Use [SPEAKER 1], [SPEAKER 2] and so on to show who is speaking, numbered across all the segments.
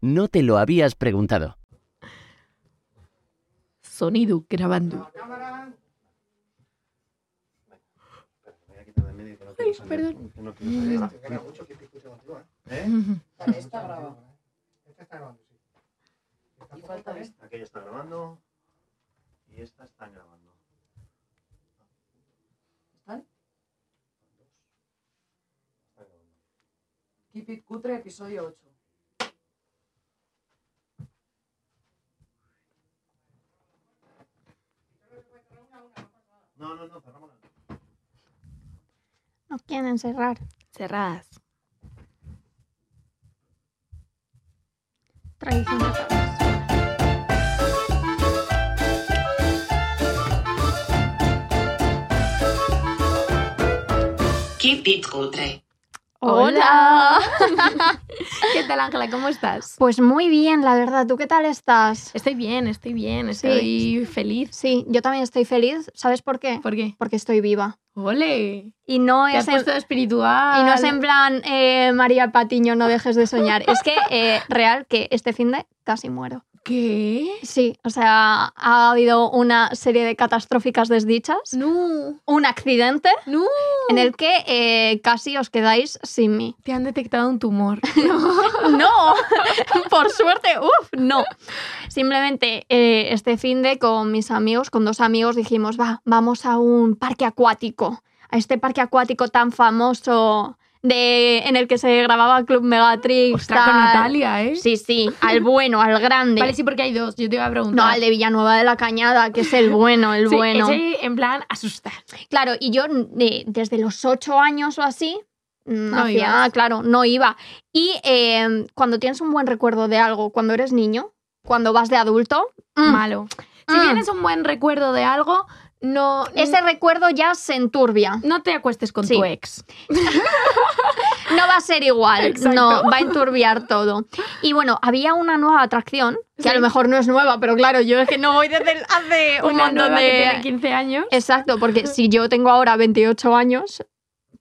[SPEAKER 1] No te lo habías preguntado.
[SPEAKER 2] Sonido grabando. Ay, perdón.
[SPEAKER 3] Está grabado. está grabando, sí.
[SPEAKER 4] Y falta esta.
[SPEAKER 3] Aquella está grabando. Y esta está grabando.
[SPEAKER 4] ¿Están? Keep it cutre, episodio 8.
[SPEAKER 3] No, no, no, cerramos la.
[SPEAKER 5] Nos quieren cerrar.
[SPEAKER 2] Cerradas.
[SPEAKER 5] Traición de todos.
[SPEAKER 6] Keep it cutre.
[SPEAKER 2] Hola. ¿Qué tal, Ángela? ¿Cómo estás?
[SPEAKER 5] Pues muy bien, la verdad. ¿Tú qué tal estás?
[SPEAKER 2] Estoy bien, estoy bien,
[SPEAKER 5] Sí.
[SPEAKER 2] estoy feliz.
[SPEAKER 5] Sí, yo también estoy feliz. ¿Sabes por qué?
[SPEAKER 2] ¿Por qué?
[SPEAKER 5] Porque estoy viva.
[SPEAKER 2] ¡Ole!
[SPEAKER 5] Y no
[SPEAKER 2] Te has
[SPEAKER 5] es en,
[SPEAKER 2] puesto espiritual.
[SPEAKER 5] y no es en plan, eh, María Patiño, no dejes de soñar. es que, eh, real, que este fin de casi muero.
[SPEAKER 2] ¿Qué?
[SPEAKER 5] Sí, o sea, ha habido una serie de catastróficas desdichas.
[SPEAKER 2] No,
[SPEAKER 5] Un accidente
[SPEAKER 2] no.
[SPEAKER 5] en el que eh, casi os quedáis sin mí.
[SPEAKER 2] Te han detectado un tumor.
[SPEAKER 5] No, por suerte, uff, no. Simplemente eh, este fin de con mis amigos, con dos amigos, dijimos, va, vamos a un parque acuático, a este parque acuático tan famoso de, en el que se grababa Club Megatrix.
[SPEAKER 2] Ostras, con
[SPEAKER 5] tal".
[SPEAKER 2] Natalia, ¿eh?
[SPEAKER 5] Sí, sí, al bueno, al grande.
[SPEAKER 2] Vale, sí, porque hay dos. Yo te iba a preguntar.
[SPEAKER 5] No, al de Villanueva de la Cañada, que es el bueno, el
[SPEAKER 2] Sí,
[SPEAKER 5] bueno.
[SPEAKER 2] ese en plan asustar.
[SPEAKER 5] Claro, y yo de- desde los ocho años o así, no
[SPEAKER 2] No ibas.
[SPEAKER 5] claro, no iba. Y eh, cuando tienes un buen recuerdo de algo, cuando eres niño, cuando vas de adulto, mm,
[SPEAKER 2] Malo. Si
[SPEAKER 5] Mm.
[SPEAKER 2] tienes un buen recuerdo de algo, no,
[SPEAKER 5] ese recuerdo ya se enturbia.
[SPEAKER 2] no te acuestes con
[SPEAKER 5] Sí.
[SPEAKER 2] tu ex.
[SPEAKER 5] No va a ser igual,
[SPEAKER 2] Exacto.
[SPEAKER 5] no, va a enturbiar todo. Y bueno, había una nueva atracción, que a
[SPEAKER 2] Sí.
[SPEAKER 5] lo mejor no es nueva, pero claro, yo es que no voy desde el- hace un
[SPEAKER 2] Una
[SPEAKER 5] montón
[SPEAKER 2] nueva que tiene
[SPEAKER 5] de...
[SPEAKER 2] 15 años.
[SPEAKER 5] Exacto, porque si yo tengo ahora 28 años,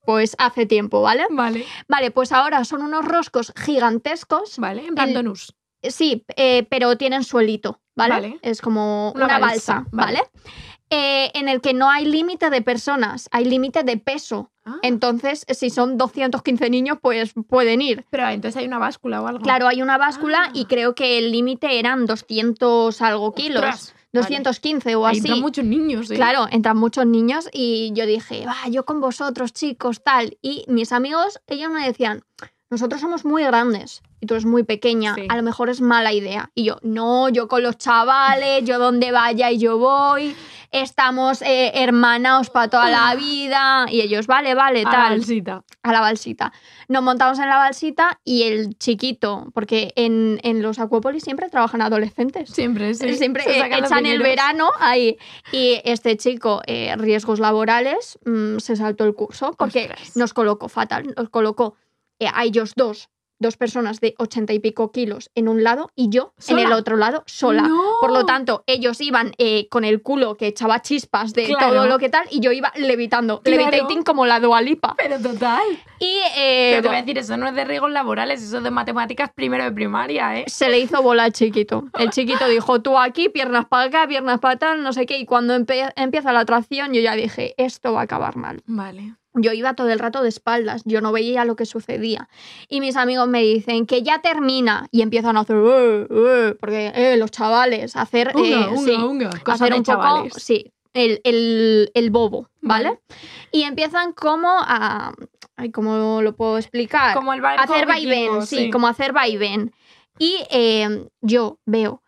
[SPEAKER 5] pues hace tiempo, ¿vale?
[SPEAKER 2] Vale,
[SPEAKER 5] Vale, pues ahora son unos roscos gigantescos
[SPEAKER 2] vale, en plan
[SPEAKER 5] El-
[SPEAKER 2] donus.
[SPEAKER 5] Sí, eh, pero tienen suelito, ¿vale?
[SPEAKER 2] Vale.
[SPEAKER 5] Es como una,
[SPEAKER 2] Una
[SPEAKER 5] balsa,
[SPEAKER 2] balsa,
[SPEAKER 5] ¿vale? Eh, en el que no hay límite de personas, hay límite de peso.
[SPEAKER 2] Ah,
[SPEAKER 5] Entonces, si son 215 niños, pues pueden ir.
[SPEAKER 2] pero entonces hay una báscula o algo.
[SPEAKER 5] Claro, hay una báscula
[SPEAKER 2] Ah.
[SPEAKER 5] y creo que el límite eran 200 algo kilos,
[SPEAKER 2] Ostras,
[SPEAKER 5] 215 o
[SPEAKER 2] vale. Ahí
[SPEAKER 5] así.
[SPEAKER 2] entran muchos niños, ¿eh?
[SPEAKER 5] Claro, entran muchos niños y yo dije, va, yo con vosotros, chicos, tal. Y mis amigos, ellos me decían, nosotros somos muy grandes y tú eres muy pequeña,
[SPEAKER 2] Sí.
[SPEAKER 5] a lo mejor es mala idea. Y yo, no, yo con los chavales, yo donde vaya y yo voy, estamos eh, hermanaos para toda la vida. Y ellos, vale, vale,
[SPEAKER 2] Ah. A la
[SPEAKER 5] tal
[SPEAKER 2] balsita.
[SPEAKER 5] a la balsita. Nos montamos en la balsita y el chiquito, porque en, en los acuópolis siempre trabajan adolescentes.
[SPEAKER 2] Siempre, sí.
[SPEAKER 5] Siempre
[SPEAKER 2] Se
[SPEAKER 5] eh,
[SPEAKER 2] sacan los
[SPEAKER 5] echan el
[SPEAKER 2] dineros.
[SPEAKER 5] verano ahí. Y este chico, eh, riesgos laborales, mm, se saltó el curso porque
[SPEAKER 2] Ostras.
[SPEAKER 5] nos colocó fatal. Nos colocó eh, a ellos dos, dos personas de ochenta y pico kilos en un lado y yo en el
[SPEAKER 2] ¿Sola?
[SPEAKER 5] otro lado sola.
[SPEAKER 2] No.
[SPEAKER 5] Por lo tanto, ellos iban eh, con el culo que echaba chispas de
[SPEAKER 2] Claro.
[SPEAKER 5] todo lo que tal y yo iba levitando,
[SPEAKER 2] Claro.
[SPEAKER 5] levitating como la dualipa.
[SPEAKER 2] Pero total.
[SPEAKER 5] Y eh,
[SPEAKER 2] Pero te voy a decir, eso no es de riesgos laborales, eso es de matemáticas primero de primaria, ¿eh?
[SPEAKER 5] se le hizo bola al chiquito. El chiquito dijo, tú aquí, piernas para acá, piernas para tal, no sé qué. Y cuando empe- empieza la atracción, yo ya dije, esto va a acabar mal.
[SPEAKER 2] Vale.
[SPEAKER 5] Yo iba todo el rato de espaldas, yo no veía lo que sucedía. Y mis amigos me dicen que ya termina. Y empiezan a hacer, "Eh, eh", porque eh, los chavales, hacer, eh, sí,
[SPEAKER 2] Cosa
[SPEAKER 5] hacer
[SPEAKER 2] de
[SPEAKER 5] un
[SPEAKER 2] chavales.
[SPEAKER 5] poco, sí, el, el- el bobo, ¿vale?
[SPEAKER 2] Vale.
[SPEAKER 5] Y empiezan como a... ay, ¿Cómo lo puedo explicar?
[SPEAKER 2] Como el barco
[SPEAKER 5] hacer
[SPEAKER 2] vikingo,
[SPEAKER 5] vaivén, sí, como hacer vaivén. Y eh, yo veo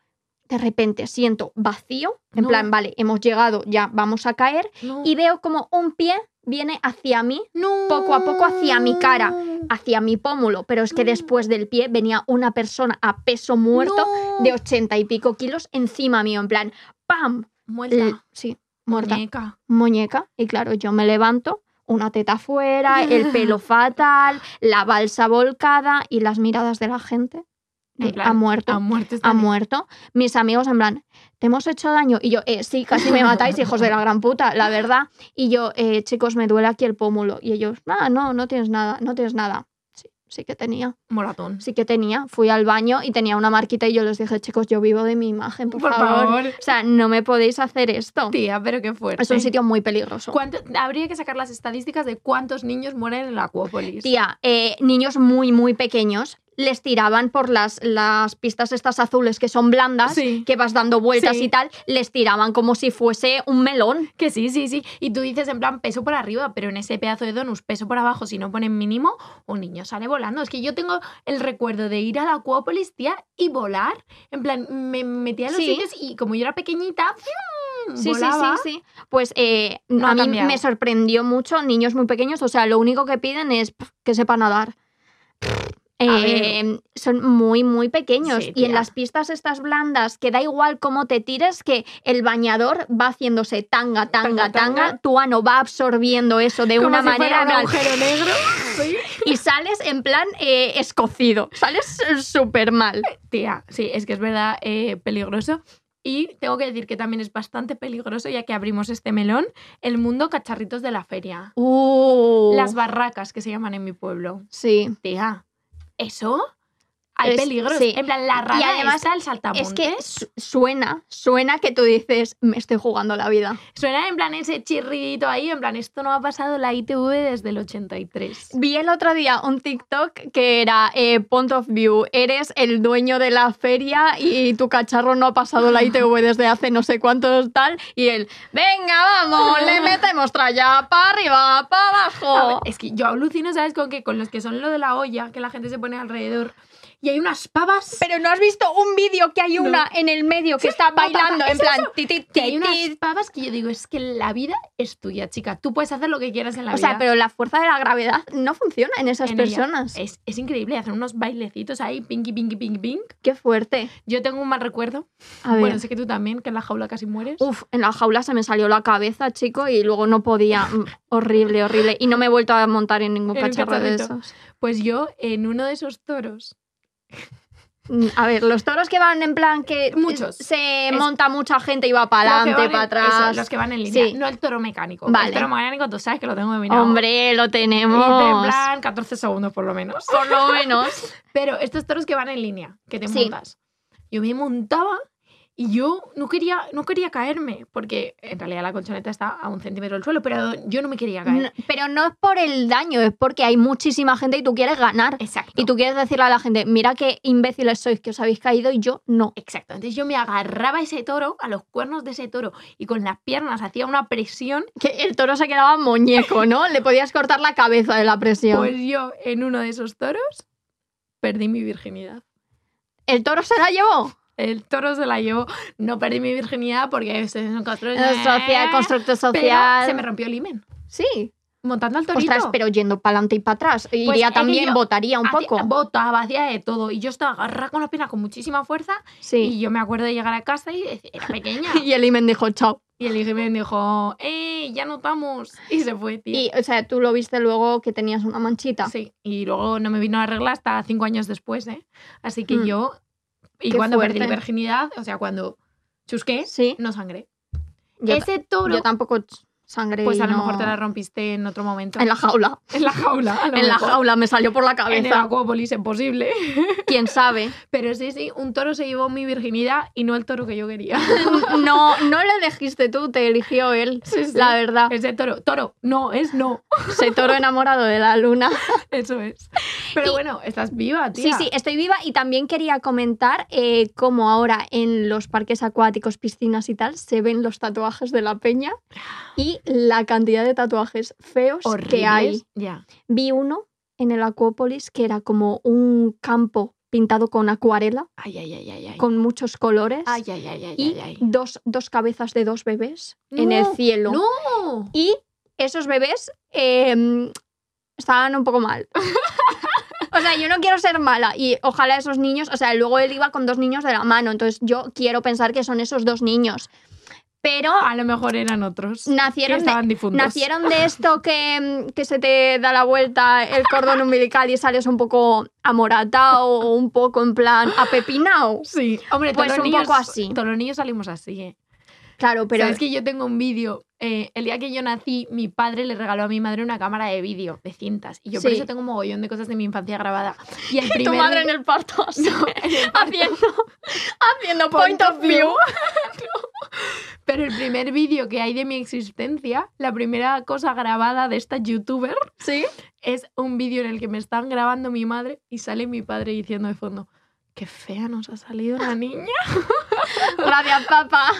[SPEAKER 5] de repente siento vacío, en
[SPEAKER 2] No.
[SPEAKER 5] plan, vale, hemos llegado, ya vamos a caer, y veo como un pie viene hacia mí, poco a poco hacia mi cara, hacia mi pómulo, pero
[SPEAKER 2] Mm.
[SPEAKER 5] es que después del pie venía una persona a peso muerto de ochenta y pico kilos encima mío, en plan, ¡pam! L-
[SPEAKER 2] Muerta.
[SPEAKER 5] sí, muerta.
[SPEAKER 2] Muerta.
[SPEAKER 5] Muñeca. Y claro, yo me levanto, una teta fuera, el pelo fatal, la balsa volcada y las miradas de la gente.
[SPEAKER 2] En
[SPEAKER 5] de,
[SPEAKER 2] plan,
[SPEAKER 5] ha muerto
[SPEAKER 2] A muerte.
[SPEAKER 5] ha
[SPEAKER 2] está bien.
[SPEAKER 5] muerto. Mis amigos, en plan, ¿te hemos hecho daño? Y yo, eh, sí, casi me matáis, hijos de la gran puta, la verdad. Y yo, eh, chicos, me duele aquí el pómulo. Y ellos, ah, no, no tienes nada, no tienes nada. Sí, sí que tenía,
[SPEAKER 2] Moratón.
[SPEAKER 5] sí que tenía. Fui al baño y tenía una marquita y yo les dije, chicos, yo vivo de mi imagen, por, favor. O sea, no me podéis hacer esto.
[SPEAKER 2] Tía, pero qué fuerte.
[SPEAKER 5] es un sitio muy peligroso.
[SPEAKER 2] ¿Cuánto- habría que sacar las estadísticas de cuántos niños mueren en la acuópolis.
[SPEAKER 5] Tía, eh, niños muy, muy pequeños les tiraban por las, las pistas estas azules que son blandas,
[SPEAKER 2] Ah, Sí.
[SPEAKER 5] que vas dando vueltas
[SPEAKER 2] Sí.
[SPEAKER 5] y tal, les tiraban como si fuese un melón.
[SPEAKER 2] Que sí, sí, sí. Y tú dices en plan peso por arriba, pero en ese pedazo de donus, peso por abajo, si no ponen mínimo, un niño sale volando. Es que yo tengo el recuerdo de ir a la acuópolis, tía, y volar. En plan, me metía en los
[SPEAKER 5] Sí.
[SPEAKER 2] sitios y como yo era pequeñita, ¡fium!
[SPEAKER 5] Sí, sí,
[SPEAKER 2] volaba.
[SPEAKER 5] sí, sí. Pues eh,
[SPEAKER 2] No
[SPEAKER 5] a
[SPEAKER 2] ha
[SPEAKER 5] mí
[SPEAKER 2] cambiado.
[SPEAKER 5] me sorprendió mucho, niños muy pequeños, o sea, lo único que piden es pf, que sepa nadar. Eh, son muy, muy pequeños.
[SPEAKER 2] Sí,
[SPEAKER 5] y en
[SPEAKER 2] tía.
[SPEAKER 5] las pistas estas blandas, que da igual cómo te tires, que el bañador va haciéndose tanga, tanga,
[SPEAKER 2] Tanga, tanga.
[SPEAKER 5] tanga, tu ano va absorbiendo eso de
[SPEAKER 2] Como
[SPEAKER 5] una
[SPEAKER 2] si fuera
[SPEAKER 5] manera
[SPEAKER 2] un
[SPEAKER 5] en plan,
[SPEAKER 2] agujero negro. Sí.
[SPEAKER 5] y sales en plan eh, escocido, sales eh, súper mal.
[SPEAKER 2] Tía, sí, es que es verdad, eh, peligroso. Y tengo que decir que también es bastante peligroso, ya que abrimos este melón, el mundo cacharritos de la feria.
[SPEAKER 5] Oh.
[SPEAKER 2] Las barracas que se llaman en mi pueblo.
[SPEAKER 5] sí.
[SPEAKER 2] Tía, ¿eso? Hay
[SPEAKER 5] Es-
[SPEAKER 2] peligros.
[SPEAKER 5] sí.
[SPEAKER 2] En plan, la rana y
[SPEAKER 5] además,
[SPEAKER 2] además, el saltamontes.
[SPEAKER 5] Es que su- suena, suena que tú dices, me estoy jugando la vida.
[SPEAKER 2] Suena en plan ese chirridito ahí, en plan, esto no ha pasado la ITV desde el 83.
[SPEAKER 5] Vi el otro día un TikTok que era eh, Point of View, eres el dueño de la feria y tu cacharro no ha pasado la ITV desde hace no sé cuántos tal, y él, venga, vamos, le metemos tralla para arriba, para
[SPEAKER 2] A ver,
[SPEAKER 5] abajo.
[SPEAKER 2] es que yo alucino, ¿sabes con qué? Con los que son lo de la olla, que la gente se pone alrededor. Y hay unas pavas.
[SPEAKER 5] Pero no has visto un vídeo que hay
[SPEAKER 2] No.
[SPEAKER 5] una en el medio que está bailando,
[SPEAKER 2] es
[SPEAKER 5] en plan,
[SPEAKER 2] eso.
[SPEAKER 5] ti, ti,
[SPEAKER 2] Que hay
[SPEAKER 5] ti,
[SPEAKER 2] unas
[SPEAKER 5] ti,
[SPEAKER 2] pavas que yo digo, es que la vida es tuya, chica. Tú puedes hacer lo que quieras en la
[SPEAKER 5] O
[SPEAKER 2] vida.
[SPEAKER 5] sea, pero la fuerza de la gravedad no funciona en esas
[SPEAKER 2] En ella. Eh.
[SPEAKER 5] personas.
[SPEAKER 2] Es, es increíble hacer unos bailecitos ahí, pinky, pinky, pinky, pink.
[SPEAKER 5] Qué fuerte.
[SPEAKER 2] Yo tengo un mal recuerdo.
[SPEAKER 5] A ver.
[SPEAKER 2] Bueno, sé que tú también, que en la jaula casi mueres.
[SPEAKER 5] Uf, en la jaula se me salió la cabeza, chico, y luego no podía. Mm, Horrible, horrible. Y no me he vuelto a montar en ningún
[SPEAKER 2] En un
[SPEAKER 5] cacharro de
[SPEAKER 2] cacharrito.
[SPEAKER 5] esos.
[SPEAKER 2] Pues yo, en uno de esos toros,
[SPEAKER 5] Mm, A ver, los toros que van en plan que eh,
[SPEAKER 2] Muchos.
[SPEAKER 5] se
[SPEAKER 2] Es-
[SPEAKER 5] monta mucha gente y va para
[SPEAKER 2] Los que
[SPEAKER 5] adelante,
[SPEAKER 2] van
[SPEAKER 5] para
[SPEAKER 2] en- eso,
[SPEAKER 5] atrás.
[SPEAKER 2] los que van en línea,
[SPEAKER 5] Sí.
[SPEAKER 2] no el toro mecánico. El
[SPEAKER 5] Vale.
[SPEAKER 2] toro mecánico, tú sabes que lo tengo dominado.
[SPEAKER 5] Hombre, lo
[SPEAKER 2] Y te- en
[SPEAKER 5] tenemos.
[SPEAKER 2] plan 14 segundos por lo menos.
[SPEAKER 5] Por lo menos.
[SPEAKER 2] Pero estos toros que van en línea, que te
[SPEAKER 5] Sí.
[SPEAKER 2] montas. Yo me montaba y yo no quería, no quería caerme, porque en realidad la colchoneta está a un centímetro del suelo, pero yo no me quería caer.
[SPEAKER 5] No- pero no es por el daño, es porque hay muchísima gente y tú quieres ganar.
[SPEAKER 2] Exacto.
[SPEAKER 5] Y tú quieres decirle a la gente, mira qué imbéciles sois que os habéis caído y yo no.
[SPEAKER 2] Exacto. Entonces yo me agarraba a ese toro, a los cuernos de ese toro, y con las piernas hacía una presión.
[SPEAKER 5] Que el toro se quedaba muñeco, ¿no? Le podías cortar la cabeza de la presión.
[SPEAKER 2] Pues yo, en uno de esos toros, perdí mi virginidad.
[SPEAKER 5] ¿El toro se la llevó?
[SPEAKER 2] El toro se la llevó. No perdí mi virginidad porque se encontró...
[SPEAKER 5] Eh, Social, constructo
[SPEAKER 2] Pero
[SPEAKER 5] social.
[SPEAKER 2] se me rompió el himen.
[SPEAKER 5] Sí.
[SPEAKER 2] Montando al torito.
[SPEAKER 5] Ostras, pero yendo para adelante y para atrás. Iría
[SPEAKER 2] Pues, es que yo
[SPEAKER 5] también, votaría un
[SPEAKER 2] Hacía-
[SPEAKER 5] poco.
[SPEAKER 2] Botaba, hacía de todo. Y yo estaba agarrada con la pierna con muchísima fuerza. Y
[SPEAKER 5] sí.
[SPEAKER 2] yo me acuerdo de llegar a casa y decir, era pequeña.
[SPEAKER 5] Y el Imen dijo, chao.
[SPEAKER 2] y el hijo me dijo, ¡eh! Ya notamos. Y se fue, tío.
[SPEAKER 5] Y, o sea, tú lo viste luego que tenías una manchita.
[SPEAKER 2] Sí, y luego no me vino la regla hasta cinco años después, ¿eh? Así que
[SPEAKER 5] Mm.
[SPEAKER 2] yo, y
[SPEAKER 5] Qué
[SPEAKER 2] cuando perdí la
[SPEAKER 5] fuerte.
[SPEAKER 2] virginidad, o sea, cuando chusqué,
[SPEAKER 5] Sí.
[SPEAKER 2] no sangré.
[SPEAKER 5] Yo,
[SPEAKER 2] Ese toro,
[SPEAKER 5] yo tampoco ch- sangré.
[SPEAKER 2] pues a
[SPEAKER 5] y
[SPEAKER 2] lo
[SPEAKER 5] no-
[SPEAKER 2] mejor te la rompiste en otro momento.
[SPEAKER 5] En la jaula.
[SPEAKER 2] En la jaula. a lo
[SPEAKER 5] En la
[SPEAKER 2] mejor.
[SPEAKER 5] jaula me salió por la
[SPEAKER 2] En el
[SPEAKER 5] cabeza.
[SPEAKER 2] acuópolis, imposible.
[SPEAKER 5] ¿Quién sabe?
[SPEAKER 2] Pero sí, sí, un toro se llevó mi virginidad y no el toro que yo quería.
[SPEAKER 5] No, no le elegiste tú, te eligió él.
[SPEAKER 2] Sí, sí.
[SPEAKER 5] La verdad,
[SPEAKER 2] Ese toro, toro, no, es no.
[SPEAKER 5] ese toro enamorado de la luna.
[SPEAKER 2] Eso es. Pero
[SPEAKER 5] Y-
[SPEAKER 2] bueno, estás viva,
[SPEAKER 5] Sí,
[SPEAKER 2] tía.
[SPEAKER 5] sí, estoy viva y también quería comentar eh, cómo ahora en los parques acuáticos, piscinas y tal, se ven los tatuajes de la peña y la cantidad de tatuajes feos
[SPEAKER 2] Horribles.
[SPEAKER 5] que hay.
[SPEAKER 2] Ya.
[SPEAKER 5] Vi uno en el Acuópolis que era como un campo pintado con acuarela,
[SPEAKER 2] Ay, ay, ay, ay, ay.
[SPEAKER 5] con muchos colores.
[SPEAKER 2] Ay, ay, ay, ay,
[SPEAKER 5] y
[SPEAKER 2] ay, ay.
[SPEAKER 5] Dos, dos cabezas de dos bebés en el
[SPEAKER 2] No,
[SPEAKER 5] cielo.
[SPEAKER 2] ¡No!
[SPEAKER 5] Y esos bebés eh, estaban un poco mal. O sea, yo no quiero ser mala y ojalá esos niños, o sea, luego él iba con dos niños de la mano, entonces yo quiero pensar que son esos dos niños. Pero
[SPEAKER 2] A lo mejor eran otros. que
[SPEAKER 5] nacieron de,
[SPEAKER 2] estaban difuntos.
[SPEAKER 5] nacieron de esto que, em, que se te da la vuelta el cordón umbilical y sales un poco amoratado o un poco en plan apepinado.
[SPEAKER 2] Sí. Hombre,
[SPEAKER 5] Pues
[SPEAKER 2] todos los
[SPEAKER 5] un
[SPEAKER 2] niños-
[SPEAKER 5] poco así.
[SPEAKER 2] Todos los niños salimos así, ¿eh?
[SPEAKER 5] Claro, pero
[SPEAKER 2] Sabes que yo tengo un vídeo. eh, el día que yo nací, mi padre le regaló a mi madre una cámara de vídeo, de cintas. Y yo por
[SPEAKER 5] Sí.
[SPEAKER 2] eso tengo un mogollón de cosas de mi infancia grabada. Y el
[SPEAKER 5] tu
[SPEAKER 2] primero-
[SPEAKER 5] madre en el parto así,
[SPEAKER 2] No, en el parto.
[SPEAKER 5] haciendo, haciendo point, of view.
[SPEAKER 2] Pero el primer vídeo que hay de mi existencia, la primera cosa grabada de esta youtuber,
[SPEAKER 5] Sí.
[SPEAKER 2] es un vídeo en el que me están grabando mi madre y sale mi padre diciendo de fondo, qué fea nos ha salido la niña.
[SPEAKER 5] Gracias, papá.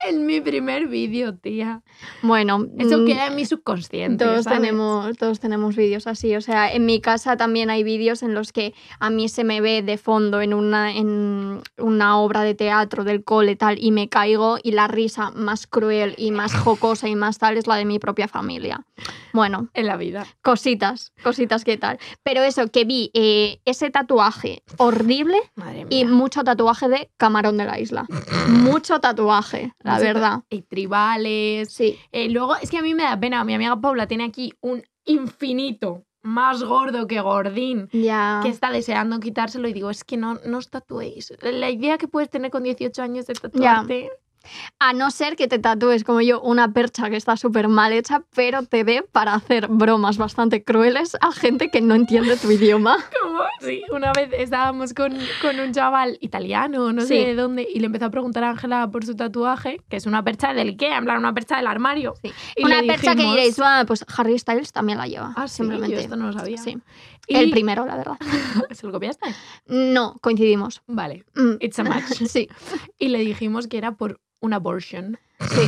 [SPEAKER 2] En mi primer vídeo, tía.
[SPEAKER 5] Bueno,
[SPEAKER 2] Eso
[SPEAKER 5] mm,
[SPEAKER 2] queda en mi subconsciente.
[SPEAKER 5] Todos
[SPEAKER 2] ¿sabes?
[SPEAKER 5] tenemos, todos tenemos vídeos así. O sea, en mi casa también hay vídeos en los que a mí se me ve de fondo en una, en una obra de teatro del cole tal y me caigo y la risa más cruel y más jocosa y más tal es la de mi propia familia. Bueno,
[SPEAKER 2] En la vida.
[SPEAKER 5] cositas, cositas que tal. Pero eso, que vi eh, ese tatuaje horrible
[SPEAKER 2] Madre mía.
[SPEAKER 5] y mucho tatuaje de camarón de la isla. Mucho tatuaje, la
[SPEAKER 2] Mucho ta-
[SPEAKER 5] verdad.
[SPEAKER 2] y tribales.
[SPEAKER 5] Sí.
[SPEAKER 2] Eh, luego, es que a mí me da pena. Mi amiga Paula tiene aquí un infinito más gordo que gordín
[SPEAKER 5] Ya.
[SPEAKER 2] que está deseando quitárselo y digo, es que no, no os tatuéis. La idea que puedes tener con 18 años de tatuarte...
[SPEAKER 5] A no ser que te tatúes como yo una percha que está súper mal hecha, pero te dé para hacer bromas bastante crueles a gente que no entiende tu idioma.
[SPEAKER 2] ¿Cómo? Sí, una vez estábamos con, con un chaval italiano, no
[SPEAKER 5] Sí.
[SPEAKER 2] sé de dónde, y le empezó a preguntar a Ángela por su tatuaje, que es una percha del Ikea, en plan una percha del armario.
[SPEAKER 5] Sí.
[SPEAKER 2] Y
[SPEAKER 5] una
[SPEAKER 2] le
[SPEAKER 5] percha que
[SPEAKER 2] dijimos-
[SPEAKER 5] diréis, "Ah, pues Harry Styles también la lleva.
[SPEAKER 2] Ah, sí,
[SPEAKER 5] simplemente.
[SPEAKER 2] yo esto no lo sabía.
[SPEAKER 5] Sí.
[SPEAKER 2] Y-
[SPEAKER 5] El primero, la verdad.
[SPEAKER 2] ¿Se lo copiaste?
[SPEAKER 5] No, coincidimos.
[SPEAKER 2] Vale.
[SPEAKER 5] Mm.
[SPEAKER 2] It's a match.
[SPEAKER 5] Sí,
[SPEAKER 2] Y le dijimos que era por un abortion.
[SPEAKER 5] sí,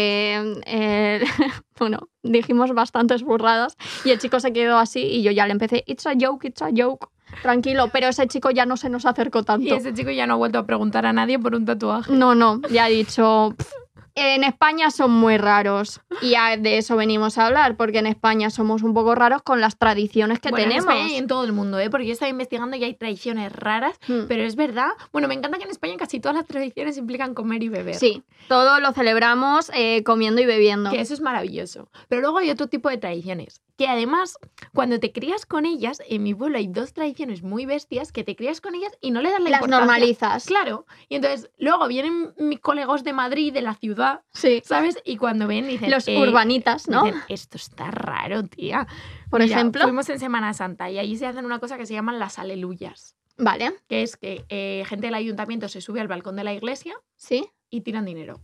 [SPEAKER 5] porque, eh, bueno, dijimos bastantes burradas y el chico se quedó así y yo ya le empecé, it's a joke, it's a joke, tranquilo, pero ese chico ya no se nos acercó tanto.
[SPEAKER 2] Y ese chico ya no ha vuelto a preguntar a nadie por un tatuaje.
[SPEAKER 5] No, no, ya he dicho. "Pf, En España son muy raros y a- de eso venimos a hablar, porque en España somos un poco raros con las tradiciones que
[SPEAKER 2] Bueno, en
[SPEAKER 5] tenemos.
[SPEAKER 2] España y en todo el mundo, ¿eh? Porque yo estaba investigando y hay tradiciones raras,
[SPEAKER 5] Mm.
[SPEAKER 2] pero es verdad. Bueno, me encanta que en España casi todas las tradiciones implican comer y beber.
[SPEAKER 5] Sí, todo lo celebramos eh, comiendo y bebiendo.
[SPEAKER 2] Que eso es maravilloso. Pero luego hay otro tipo de tradiciones. Que además, cuando te crías con ellas, en mi pueblo hay dos tradiciones muy bestias que te crías con ellas y no le das la
[SPEAKER 5] Las
[SPEAKER 2] importancia.
[SPEAKER 5] normalizas.
[SPEAKER 2] Claro. Y entonces, luego vienen mis colegas de Madrid, de la ciudad,
[SPEAKER 5] Sí.
[SPEAKER 2] ¿sabes? Y cuando ven, dicen.
[SPEAKER 5] Los
[SPEAKER 2] "Eh,
[SPEAKER 5] urbanitas, ¿no?
[SPEAKER 2] Dicen, esto está raro, tía.
[SPEAKER 5] Por
[SPEAKER 2] Mira,
[SPEAKER 5] ejemplo.
[SPEAKER 2] Fuimos en Semana Santa y allí se hacen una cosa que se llaman las aleluyas,
[SPEAKER 5] Vale,
[SPEAKER 2] que es que eh, gente del ayuntamiento se sube al balcón de la iglesia
[SPEAKER 5] sí.
[SPEAKER 2] y tiran dinero.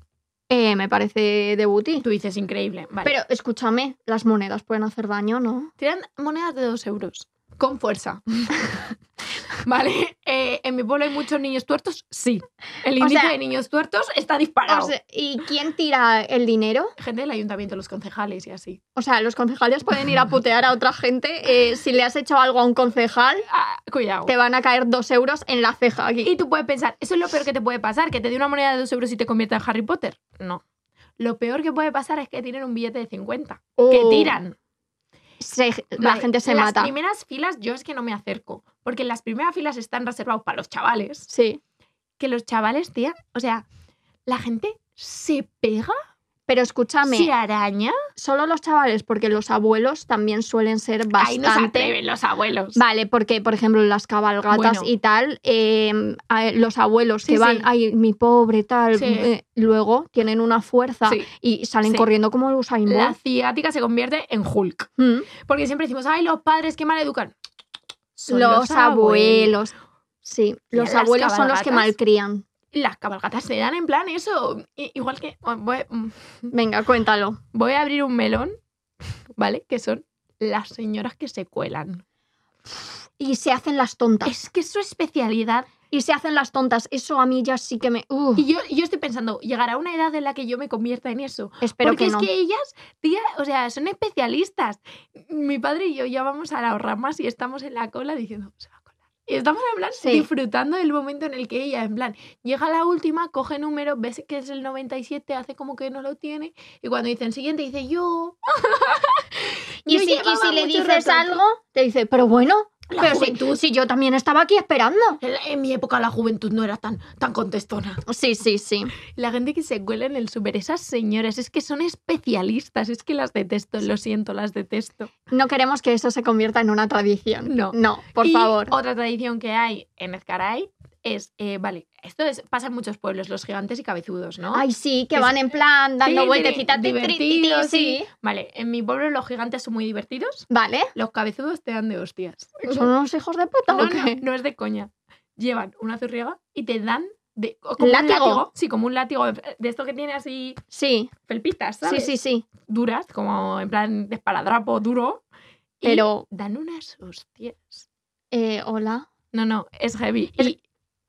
[SPEAKER 5] Eh, me parece debutí.
[SPEAKER 2] Tú dices, increíble. Vale.
[SPEAKER 5] Pero escúchame, las monedas pueden hacer daño, ¿no?
[SPEAKER 2] tiran monedas de dos euros, con fuerza. vale. Eh, en mi pueblo hay muchos niños tuertos, sí. El
[SPEAKER 5] O
[SPEAKER 2] índice
[SPEAKER 5] sea-
[SPEAKER 2] de niños tuertos está disparado.
[SPEAKER 5] O sea, ¿Y quién tira el dinero?
[SPEAKER 2] gente del ayuntamiento, los concejales y así.
[SPEAKER 5] O sea, los concejales pueden ir a putear a otra gente. eh, si le has hecho algo a un concejal,
[SPEAKER 2] Ah, cuidado.
[SPEAKER 5] te van a caer dos euros en la ceja aquí.
[SPEAKER 2] Y tú puedes pensar, eso es lo peor que te puede pasar, que te dé una moneda de dos euros y te convierta en Harry Potter. No. Lo peor que puede pasar es que tienen un billete de 50. Que
[SPEAKER 5] Oh.
[SPEAKER 2] tiran.
[SPEAKER 5] Se- la
[SPEAKER 2] Vale,
[SPEAKER 5] gente se
[SPEAKER 2] las
[SPEAKER 5] mata.
[SPEAKER 2] primeras filas yo es que no me acerco. Porque las primeras filas están reservadas para los chavales.
[SPEAKER 5] Sí.
[SPEAKER 2] Que los chavales, tía, o sea, la gente se pega,
[SPEAKER 5] Pero escúchame,
[SPEAKER 2] se araña.
[SPEAKER 5] solo los chavales, porque los abuelos también suelen ser
[SPEAKER 2] Ahí no se
[SPEAKER 5] bastante.
[SPEAKER 2] atreven los abuelos.
[SPEAKER 5] Vale, porque por ejemplo en las cabalgatas
[SPEAKER 2] Bueno.
[SPEAKER 5] y tal, eh, a- los abuelos
[SPEAKER 2] Sí,
[SPEAKER 5] que van,
[SPEAKER 2] sí.
[SPEAKER 5] ay, mi pobre tal,
[SPEAKER 2] Sí.
[SPEAKER 5] eh, luego tienen una fuerza
[SPEAKER 2] Sí.
[SPEAKER 5] y salen
[SPEAKER 2] Sí.
[SPEAKER 5] corriendo como los Usain
[SPEAKER 2] La
[SPEAKER 5] Bolt.
[SPEAKER 2] ciática se convierte en Hulk.
[SPEAKER 5] Mm.
[SPEAKER 2] Porque siempre decimos, ay, los padres que mal educan.
[SPEAKER 5] Los, abuelos. Sí, los
[SPEAKER 2] las
[SPEAKER 5] abuelos son los que
[SPEAKER 2] cabalgatas.
[SPEAKER 5] malcrían.
[SPEAKER 2] las cabalgatas se dan en plan eso. I- Igual que oh, voy, mm,
[SPEAKER 5] Venga, cuéntalo.
[SPEAKER 2] voy a abrir un melón, ¿vale? Que son las señoras que se cuelan.
[SPEAKER 5] Y se hacen las tontas.
[SPEAKER 2] Es que es su especialidad.
[SPEAKER 5] y se hacen las tontas. Eso a mí ya sí que me. Uf,
[SPEAKER 2] Y yo, yo estoy pensando, llegará una edad en la que yo me convierta en eso.
[SPEAKER 5] espero
[SPEAKER 2] Porque
[SPEAKER 5] que
[SPEAKER 2] es
[SPEAKER 5] no.
[SPEAKER 2] que ellas, tía, o sea, son especialistas. Mi padre y yo ya vamos a las ramas y estamos en la cola diciendo, se va a colar, Y estamos en plan
[SPEAKER 5] Sí.
[SPEAKER 2] disfrutando del momento en el que ella, en plan, llega la última, coge número, ves que es el 97, hace como que no lo tiene, y cuando dicen siguiente, dice yo.
[SPEAKER 5] Y
[SPEAKER 2] Yo
[SPEAKER 5] si, y
[SPEAKER 2] llevaba
[SPEAKER 5] si le
[SPEAKER 2] mucho
[SPEAKER 5] dices
[SPEAKER 2] rato aquí.
[SPEAKER 5] algo, te dice, pero bueno,
[SPEAKER 2] La
[SPEAKER 5] pero si,
[SPEAKER 2] juventud.
[SPEAKER 5] si yo también estaba aquí esperando.
[SPEAKER 2] En, la- en mi época la juventud no era tan, tan contestona.
[SPEAKER 5] Sí, sí, sí.
[SPEAKER 2] La gente que se cuela en el súper, esas señoras, es que son especialistas, es que las detesto, lo siento, las detesto.
[SPEAKER 5] No queremos que eso se convierta en una tradición.
[SPEAKER 2] No.
[SPEAKER 5] No, por
[SPEAKER 2] Y
[SPEAKER 5] favor.
[SPEAKER 2] Otra tradición que hay en Ezcaray es, eh, vale, esto es, pasa en muchos pueblos, los gigantes y cabezudos, ¿no?
[SPEAKER 5] Ay, sí, que
[SPEAKER 2] Es-
[SPEAKER 5] van en plan dando
[SPEAKER 2] Sí,
[SPEAKER 5] vueltecitas.
[SPEAKER 2] tiene-
[SPEAKER 5] tin, tin, tin,
[SPEAKER 2] divertido,
[SPEAKER 5] tin, sí.
[SPEAKER 2] Vale, en mi pueblo los gigantes son muy divertidos,
[SPEAKER 5] Vale.
[SPEAKER 2] los cabezudos te dan de hostias.
[SPEAKER 5] ¿Son unos hijos de puta
[SPEAKER 2] No,
[SPEAKER 5] o
[SPEAKER 2] no,
[SPEAKER 5] qué?
[SPEAKER 2] no es de coña. Llevan una zurriega y te dan de o como
[SPEAKER 5] ¿Látigo?
[SPEAKER 2] un látigo, sí, como un látigo de esto que tiene así
[SPEAKER 5] Sí,
[SPEAKER 2] felpitas, ¿sabes?
[SPEAKER 5] sí, sí, sí.
[SPEAKER 2] duras, como en plan de esparadrapo duro. y
[SPEAKER 5] Pero-
[SPEAKER 2] dan unas hostias.
[SPEAKER 5] Eh, hola.
[SPEAKER 2] No, no, es heavy.
[SPEAKER 5] Es-
[SPEAKER 2] Y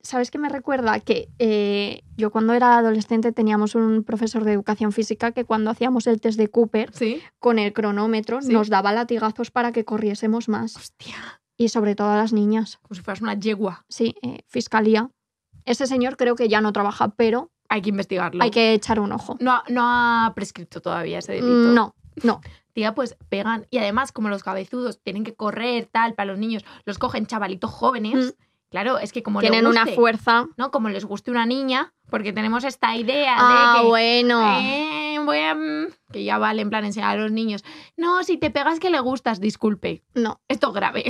[SPEAKER 5] ¿Sabes qué me recuerda? Que eh, yo cuando era adolescente teníamos un profesor de educación física que cuando hacíamos el test de Cooper
[SPEAKER 2] sí.
[SPEAKER 5] con el cronómetro
[SPEAKER 2] Sí.
[SPEAKER 5] nos daba latigazos para que corriésemos más.
[SPEAKER 2] Hostia.
[SPEAKER 5] Y sobre todo a las niñas.
[SPEAKER 2] Como si fueras una yegua.
[SPEAKER 5] Sí, eh, fiscalía. Ese señor creo que ya no trabaja, pero
[SPEAKER 2] Hay que investigarlo.
[SPEAKER 5] hay que echar un ojo.
[SPEAKER 2] No, ha- no ha prescrito todavía ese delito.
[SPEAKER 5] Mm, No,
[SPEAKER 2] Tía, pues pegan. Y además, como los cabezudos tienen que correr, tal, para los niños, los cogen chavalitos jóvenes. Claro, es que como le
[SPEAKER 5] Mm. tienen una
[SPEAKER 2] guste,
[SPEAKER 5] fuerza.
[SPEAKER 2] ¿no? Como les guste una niña, porque tenemos esta idea
[SPEAKER 5] Ah,
[SPEAKER 2] de que
[SPEAKER 5] bueno.
[SPEAKER 2] eh, voy a- mm, que ya vale en plan enseñar a los niños. No, si te pegas que le gustas, disculpe.
[SPEAKER 5] No.
[SPEAKER 2] Esto es grave.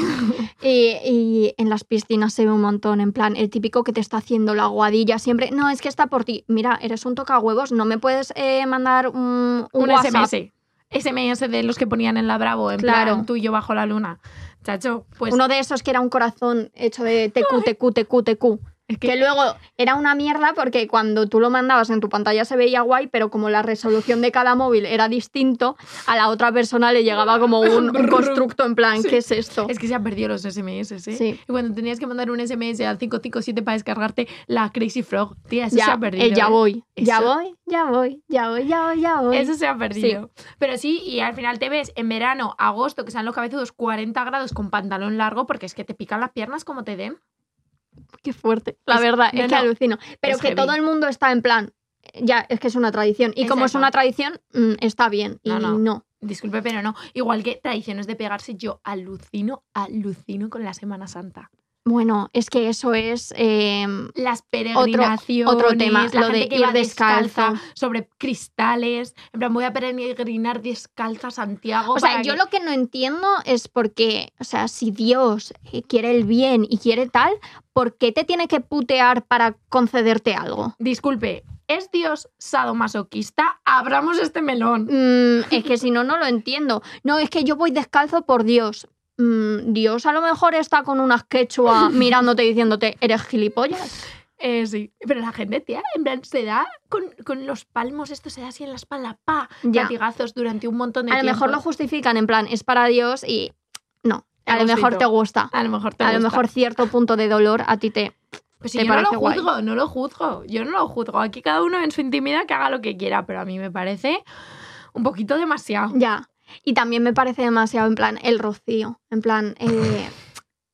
[SPEAKER 5] Y, y en las piscinas se ve un montón, en plan, el típico que te está haciendo la guadilla siempre. No, es que está por ti. Mira, eres un tocahuevos, no me puedes eh, mandar un, un
[SPEAKER 2] Un
[SPEAKER 5] WhatsApp.
[SPEAKER 2] SMS. SMS de los que ponían en la Bravo, en
[SPEAKER 5] Claro.
[SPEAKER 2] plan tú y yo bajo la luna. Chacho, pues
[SPEAKER 5] Uno de esos que era un corazón hecho de TQ, TQ, TQ, TQ.
[SPEAKER 2] es que
[SPEAKER 5] Que luego era una mierda porque cuando tú lo mandabas en tu pantalla se veía guay, pero como la resolución de cada móvil era distinto, a la otra persona le llegaba como un, un constructo en plan,
[SPEAKER 2] Sí.
[SPEAKER 5] ¿qué es esto?
[SPEAKER 2] es que se han perdido los SMS, ¿eh?
[SPEAKER 5] Sí.
[SPEAKER 2] Y cuando tenías que mandar un SMS al 557 para descargarte la Crazy Frog, tía, eso se ha perdido.
[SPEAKER 5] eh, ya
[SPEAKER 2] ¿eh?
[SPEAKER 5] voy, ya
[SPEAKER 2] Eso-
[SPEAKER 5] voy, ya voy, ya voy, ya voy, ya voy.
[SPEAKER 2] Eso se ha perdido. Pero sí, y al final te ves en verano, agosto, que sean los cabezudos 40 grados con pantalón largo, porque es que te pican las piernas como te den.
[SPEAKER 5] Qué fuerte. La
[SPEAKER 2] Es-
[SPEAKER 5] verdad, es
[SPEAKER 2] no,
[SPEAKER 5] que
[SPEAKER 2] no,
[SPEAKER 5] alucino. Pero
[SPEAKER 2] es
[SPEAKER 5] que
[SPEAKER 2] heavy.
[SPEAKER 5] todo el mundo está en plan, eh, ya, es que es una tradición. Y como es
[SPEAKER 2] Exacto.
[SPEAKER 5] una tradición, mm, está bien. Y
[SPEAKER 2] No,
[SPEAKER 5] no.
[SPEAKER 2] no. Disculpe, pero no. Igual que tradiciones de pegarse, yo alucino, alucino con la Semana Santa.
[SPEAKER 5] Bueno, es que eso es... eh,
[SPEAKER 2] Las peregrinaciones,
[SPEAKER 5] otro tema,
[SPEAKER 2] la
[SPEAKER 5] lo
[SPEAKER 2] gente
[SPEAKER 5] de
[SPEAKER 2] que
[SPEAKER 5] ir
[SPEAKER 2] va descalza,
[SPEAKER 5] descalzo.
[SPEAKER 2] sobre cristales. En plan, voy a peregrinar descalza a Santiago.
[SPEAKER 5] o sea,
[SPEAKER 2] para
[SPEAKER 5] yo
[SPEAKER 2] que-
[SPEAKER 5] lo que no entiendo es por qué, o sea, si Dios eh, quiere el bien y quiere tal, ¿por qué te tiene que putear para concederte algo?
[SPEAKER 2] Disculpe, ¿es Dios sadomasoquista? Abramos este melón.
[SPEAKER 5] Mm, es que si no, no lo entiendo. No, es que yo voy descalzo por Dios. Mm, Dios a lo mejor está con unas quechua mirándote y diciéndote, eres gilipollas.
[SPEAKER 2] Eh, sí. Pero la gente, tía, en plan, se da con, con los palmos, esto se da así en la espalda, pa,
[SPEAKER 5] Ya.
[SPEAKER 2] latigazos durante un montón de
[SPEAKER 5] A lo
[SPEAKER 2] tiempo.
[SPEAKER 5] mejor lo justifican en plan, es para Dios y no, a lo mejor te gusta.
[SPEAKER 2] A lo mejor te
[SPEAKER 5] A lo
[SPEAKER 2] gusta.
[SPEAKER 5] mejor cierto punto de dolor a ti te...
[SPEAKER 2] Pues si
[SPEAKER 5] te
[SPEAKER 2] yo no lo
[SPEAKER 5] parece guay.
[SPEAKER 2] juzgo, no lo juzgo. Yo no lo juzgo. Aquí cada uno en su intimidad que haga lo que quiera, pero a mí me parece un poquito demasiado.
[SPEAKER 5] Ya. Y también me parece demasiado en plan el rocío. En plan, eh,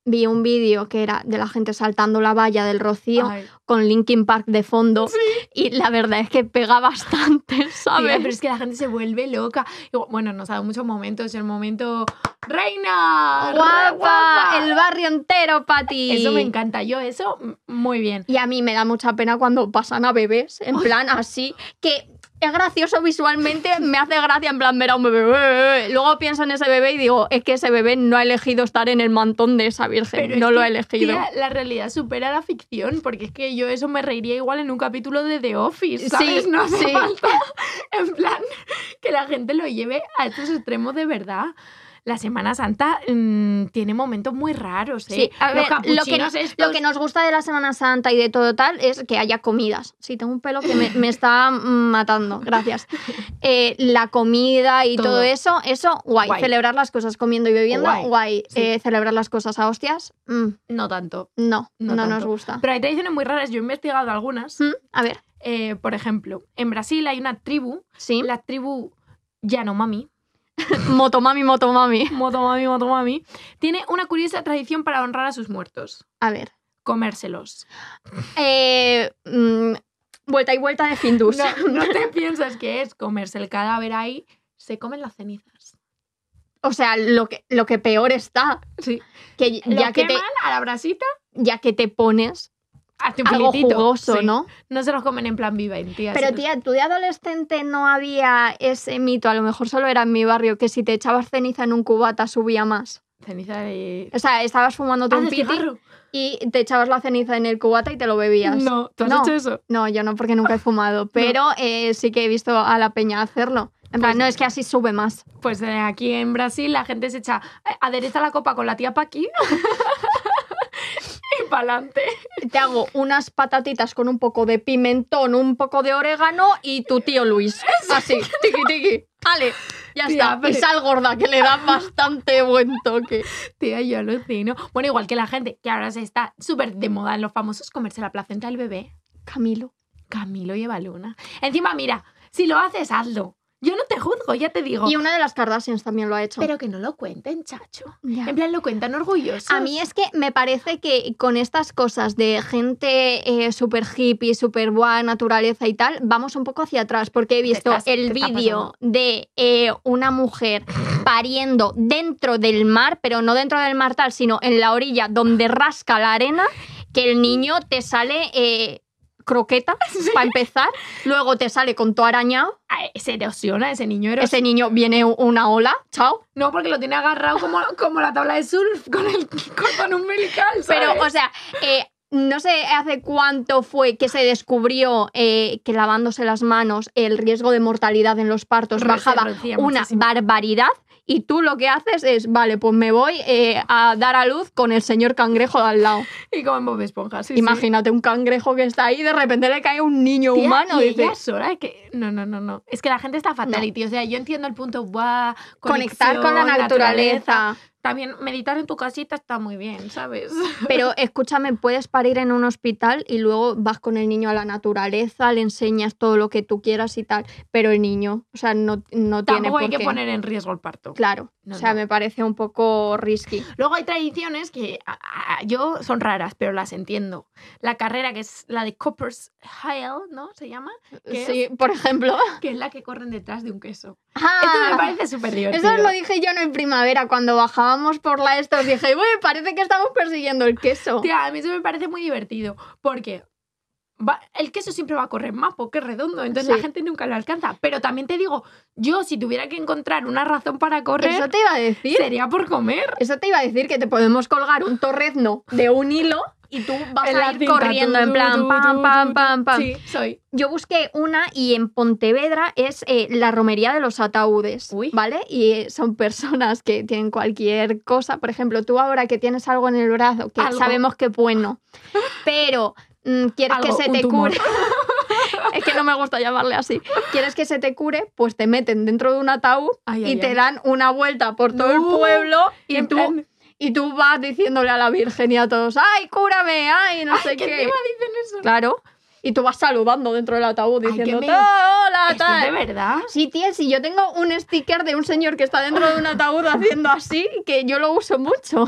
[SPEAKER 5] vi un vídeo que era de la gente saltando la valla del rocío
[SPEAKER 2] Ay,
[SPEAKER 5] con Linkin Park de fondo y la verdad es que pega bastante,
[SPEAKER 2] tía,
[SPEAKER 5] ¿sabes?
[SPEAKER 2] pero es que la gente se vuelve loca. Y Bueno, nos ha dado muchos momentos. El momento. ¡Reina! ¡Re
[SPEAKER 5] ¡Guapa!
[SPEAKER 2] guapa!
[SPEAKER 5] El barrio entero, Pati.
[SPEAKER 2] Eso me encanta. Yo, eso, m- muy bien.
[SPEAKER 5] Y a mí me da mucha pena cuando pasan a bebés, en plan así, que es gracioso visualmente, me hace gracia en plan ver a un bebé. Luego pienso en ese bebé y digo, es que ese bebé no ha elegido estar en el mantón de esa virgen,
[SPEAKER 2] Pero es
[SPEAKER 5] no lo
[SPEAKER 2] que,
[SPEAKER 5] ha elegido.
[SPEAKER 2] tía, la realidad supera la ficción, porque es que yo eso me reiría igual en un capítulo de The Office, ¿sabes?
[SPEAKER 5] Sí,
[SPEAKER 2] no hace
[SPEAKER 5] sí.
[SPEAKER 2] falta, en plan, que la gente lo lleve a estos extremos de verdad. La Semana Santa mm, tiene momentos muy raros, ¿eh?
[SPEAKER 5] Sí, a
[SPEAKER 2] Los
[SPEAKER 5] ver, lo que,
[SPEAKER 2] capuchinos estos.
[SPEAKER 5] lo que nos gusta de la Semana Santa y de todo tal es que haya comidas. Sí, tengo un pelo que me, me está mm, matando, gracias. Eh, la comida y todo.
[SPEAKER 2] Todo.
[SPEAKER 5] eso, eso, guay.
[SPEAKER 2] Guay.
[SPEAKER 5] Celebrar las cosas comiendo y bebiendo,
[SPEAKER 2] Guay,
[SPEAKER 5] guay.
[SPEAKER 2] sí.
[SPEAKER 5] Eh, celebrar las cosas a hostias, mm,
[SPEAKER 2] No tanto.
[SPEAKER 5] no,
[SPEAKER 2] No
[SPEAKER 5] no, nos
[SPEAKER 2] tanto.
[SPEAKER 5] gusta.
[SPEAKER 2] Pero hay tradiciones muy raras, yo he investigado algunas.
[SPEAKER 5] Mm, a ver,
[SPEAKER 2] Eh, por ejemplo, en Brasil hay una tribu,
[SPEAKER 5] sí.
[SPEAKER 2] la tribu Yanomami,
[SPEAKER 5] motomami, motomami.
[SPEAKER 2] Moto mami, moto mami. Tiene una curiosa tradición para honrar a sus muertos.
[SPEAKER 5] A ver.
[SPEAKER 2] Comérselos.
[SPEAKER 5] Eh, mm, vuelta y vuelta de Findus.
[SPEAKER 2] No, no te piensas que es comerse el cadáver ahí, se comen las cenizas.
[SPEAKER 5] O sea, lo que, lo que peor está,
[SPEAKER 2] Sí.
[SPEAKER 5] que ya
[SPEAKER 2] que
[SPEAKER 5] que, te,
[SPEAKER 2] a la brasita,
[SPEAKER 5] ya que te pones
[SPEAKER 2] hazte un
[SPEAKER 5] algo
[SPEAKER 2] filetito.
[SPEAKER 5] jugoso,
[SPEAKER 2] Sí.
[SPEAKER 5] ¿no?
[SPEAKER 2] No se los comen en plan viva, en tía. se
[SPEAKER 5] Pero
[SPEAKER 2] los-
[SPEAKER 5] tía, tú de adolescente no había ese mito, a lo mejor solo era en mi barrio, que si te echabas ceniza en un cubata subía más.
[SPEAKER 2] Ceniza de...
[SPEAKER 5] O sea, estabas fumando
[SPEAKER 2] Ah,
[SPEAKER 5] un
[SPEAKER 2] del
[SPEAKER 5] piti
[SPEAKER 2] cigarro.
[SPEAKER 5] y te echabas la ceniza en el cubata y te lo bebías.
[SPEAKER 2] No, ¿tú has
[SPEAKER 5] No.
[SPEAKER 2] hecho eso?
[SPEAKER 5] No, yo no, porque nunca he fumado, pero eh, sí que he visto a la peña hacerlo. En plan,
[SPEAKER 2] Pues-
[SPEAKER 5] no, es que así sube más.
[SPEAKER 2] Pues eh, aquí en Brasil la gente se echa, eh, adereza la copa con la tía Paqui y pa'lante.
[SPEAKER 5] Te hago unas patatitas con un poco de pimentón, un poco de orégano y tu tío Luis. Así, tiqui tiqui. Ale, ya
[SPEAKER 2] Tía,
[SPEAKER 5] está. Y
[SPEAKER 2] pero-
[SPEAKER 5] sal gorda, que le da bastante buen toque.
[SPEAKER 2] Tía, yo alucino. Bueno, igual que la gente que ahora se está súper de moda en los famosos comerse la placenta del bebé.
[SPEAKER 5] Camilo.
[SPEAKER 2] Camilo lleva luna. Encima, mira, si lo haces, hazlo. Yo no te juzgo, ya te digo.
[SPEAKER 5] Y una de las Kardashians también lo ha hecho.
[SPEAKER 2] Pero que no lo cuenten, chacho.
[SPEAKER 5] Ya.
[SPEAKER 2] En plan, lo cuentan orgullosos.
[SPEAKER 5] A mí es que me parece que con estas cosas de gente eh, súper hippie, súper buena, naturaleza y tal, vamos un poco hacia atrás, porque he visto
[SPEAKER 2] estás- te
[SPEAKER 5] el
[SPEAKER 2] está
[SPEAKER 5] vídeo de eh, una mujer pariendo dentro del mar, pero no dentro del mar tal, sino en la orilla donde rasca la arena, que el niño te sale eh, croqueta, para empezar, luego te sale con tu arañado,
[SPEAKER 2] Ay, Ah, se erosiona ese niño
[SPEAKER 5] ese
[SPEAKER 2] erosiona.
[SPEAKER 5] niño viene u- una ola, chao.
[SPEAKER 2] No, porque lo tiene agarrado como, como la tabla de surf con el cordón umbilical. ¿sabes?
[SPEAKER 5] Pero, o sea, eh, no sé hace cuánto fue que se descubrió eh, que lavándose las manos el riesgo de mortalidad en los partos
[SPEAKER 2] Re- se
[SPEAKER 5] bajaba
[SPEAKER 2] reducía
[SPEAKER 5] una
[SPEAKER 2] muchísimo.
[SPEAKER 5] barbaridad. Y tú lo que haces es, vale, pues me voy eh, a dar a luz con el señor cangrejo de al lado.
[SPEAKER 2] Y como en Bob Esponja, sí, sí.
[SPEAKER 5] Imagínate un cangrejo que está ahí y de repente le cae un niño
[SPEAKER 2] Tía,
[SPEAKER 5] humano.
[SPEAKER 2] y
[SPEAKER 5] dices,
[SPEAKER 2] ella sola, es que no no no no es que la gente está fatal
[SPEAKER 5] No.
[SPEAKER 2] y tío o sea yo entiendo el punto guau
[SPEAKER 5] conectar con la
[SPEAKER 2] conexión,
[SPEAKER 5] naturaleza.
[SPEAKER 2] también meditar en tu casita está muy bien sabes
[SPEAKER 5] Pero escúchame, puedes parir en un hospital y luego vas con el niño a la naturaleza, le enseñas todo lo que tú quieras y tal, pero el niño, o sea, no, no tiene
[SPEAKER 2] tampoco
[SPEAKER 5] por
[SPEAKER 2] hay que
[SPEAKER 5] qué.
[SPEAKER 2] poner en riesgo el parto
[SPEAKER 5] Claro,
[SPEAKER 2] No,
[SPEAKER 5] o sea,
[SPEAKER 2] no.
[SPEAKER 5] me parece un poco risky.
[SPEAKER 2] luego hay tradiciones que a- a- a- yo son raras pero las entiendo la carrera que es la de Copper's Hill no se llama ¿Qué
[SPEAKER 5] Sí, por ejemplo.
[SPEAKER 2] que es la que corren detrás de un queso esto me
[SPEAKER 5] Ah,
[SPEAKER 2] parece súper divertido
[SPEAKER 5] eso os lo dije yo en el primavera, cuando bajábamos por la esta, os dije, "Uy, parece que estamos persiguiendo el queso.
[SPEAKER 2] Tía, a mí eso me parece muy divertido, porque va- el queso siempre va a correr más porque es redondo, entonces
[SPEAKER 5] Sí.
[SPEAKER 2] la gente nunca lo alcanza. Pero también te digo, yo si tuviera que encontrar una razón para
[SPEAKER 5] Eso
[SPEAKER 2] correr,
[SPEAKER 5] te iba a decir.
[SPEAKER 2] sería por comer.
[SPEAKER 5] Eso te iba a decir que te podemos colgar un torrezno de un hilo y tú vas
[SPEAKER 2] En la
[SPEAKER 5] a ir
[SPEAKER 2] cinta,
[SPEAKER 5] corriendo
[SPEAKER 2] tu,
[SPEAKER 5] en
[SPEAKER 2] tu,
[SPEAKER 5] plan
[SPEAKER 2] tu,
[SPEAKER 5] pam,
[SPEAKER 2] tu,
[SPEAKER 5] pam,
[SPEAKER 2] tu,
[SPEAKER 5] pam, pam.
[SPEAKER 2] Sí, soy.
[SPEAKER 5] Yo busqué una y en Pontevedra es eh, la romería de los ataúdes,
[SPEAKER 2] Uy.
[SPEAKER 5] ¿vale? Y eh, son personas que tienen cualquier cosa. Por ejemplo, tú ahora que tienes algo en el brazo, que
[SPEAKER 2] Algo.
[SPEAKER 5] sabemos que es bueno, pero mm, quieres
[SPEAKER 2] Algo,
[SPEAKER 5] que se
[SPEAKER 2] un
[SPEAKER 5] te
[SPEAKER 2] tumor.
[SPEAKER 5] cure... es que no me gusta llamarle así. Quieres que se te cure, pues te meten dentro de un ataúd
[SPEAKER 2] Ay,
[SPEAKER 5] y
[SPEAKER 2] ay,
[SPEAKER 5] te
[SPEAKER 2] ay.
[SPEAKER 5] dan una vuelta por
[SPEAKER 2] No.
[SPEAKER 5] todo el pueblo y,
[SPEAKER 2] En
[SPEAKER 5] tú...
[SPEAKER 2] plan,
[SPEAKER 5] Y tú vas diciéndole a la Virgen y a todos, ¡ay, cúrame! ¡ay, no
[SPEAKER 2] ay,
[SPEAKER 5] sé
[SPEAKER 2] que
[SPEAKER 5] qué!
[SPEAKER 2] encima dicen eso.
[SPEAKER 5] Claro. Y tú vas saludando dentro del ataúd
[SPEAKER 2] Ay,
[SPEAKER 5] diciendo,
[SPEAKER 2] qué me-
[SPEAKER 5] "Ta- hola,
[SPEAKER 2] ¿Esto es de
[SPEAKER 5] tal.
[SPEAKER 2] verdad?
[SPEAKER 5] Sí, tía, si yo tengo un sticker de un señor que está dentro de un ataúd haciendo así, que yo lo uso mucho.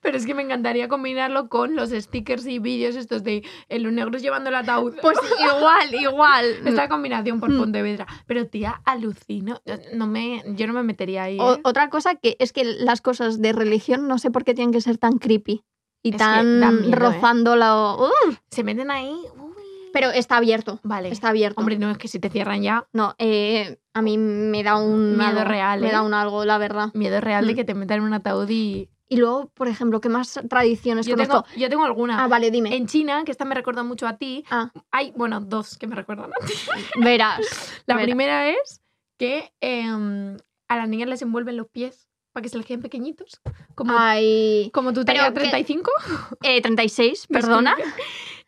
[SPEAKER 2] Pero es que me encantaría combinarlo con los stickers y vídeos estos de eh, los negros llevando el ataúd.
[SPEAKER 5] Pues igual, igual.
[SPEAKER 2] Esta combinación por
[SPEAKER 5] Mm.
[SPEAKER 2] Pontevedra. Pero tía, alucino. No- No me, yo no me metería ahí.
[SPEAKER 5] O-
[SPEAKER 2] ¿eh?
[SPEAKER 5] otra cosa que es que las cosas de religión no sé por qué tienen que ser tan creepy y
[SPEAKER 2] Es que dan
[SPEAKER 5] tan
[SPEAKER 2] miedo, ¿eh?
[SPEAKER 5] rozando la... ¡Ugh!
[SPEAKER 2] Se meten ahí. uy.
[SPEAKER 5] pero está abierto.
[SPEAKER 2] Vale.
[SPEAKER 5] Está abierto.
[SPEAKER 2] Hombre, no, es que si te cierran ya,
[SPEAKER 5] No, eh, a mí me da un
[SPEAKER 2] Miedo
[SPEAKER 5] algo,
[SPEAKER 2] real,
[SPEAKER 5] Me
[SPEAKER 2] ¿eh?
[SPEAKER 5] da un algo, la verdad.
[SPEAKER 2] miedo real de
[SPEAKER 5] Mm.
[SPEAKER 2] que te metan en un ataúd y...
[SPEAKER 5] Y luego, por ejemplo, ¿qué más tradiciones
[SPEAKER 2] Yo
[SPEAKER 5] conozco?
[SPEAKER 2] tengo, yo tengo alguna.
[SPEAKER 5] Ah, vale, dime.
[SPEAKER 2] En China, que esta me recuerda mucho a ti,
[SPEAKER 5] Ah.
[SPEAKER 2] hay, bueno, dos que me recuerdan a ti.
[SPEAKER 5] Verás.
[SPEAKER 2] La
[SPEAKER 5] Verás.
[SPEAKER 2] primera es que em, a las niñas les envuelven los pies para que se les queden pequeñitos. Como,
[SPEAKER 5] Ay,
[SPEAKER 2] como tu
[SPEAKER 5] Ah, pero
[SPEAKER 2] tarea
[SPEAKER 5] que-
[SPEAKER 2] 35.
[SPEAKER 5] eh, 36, perdona.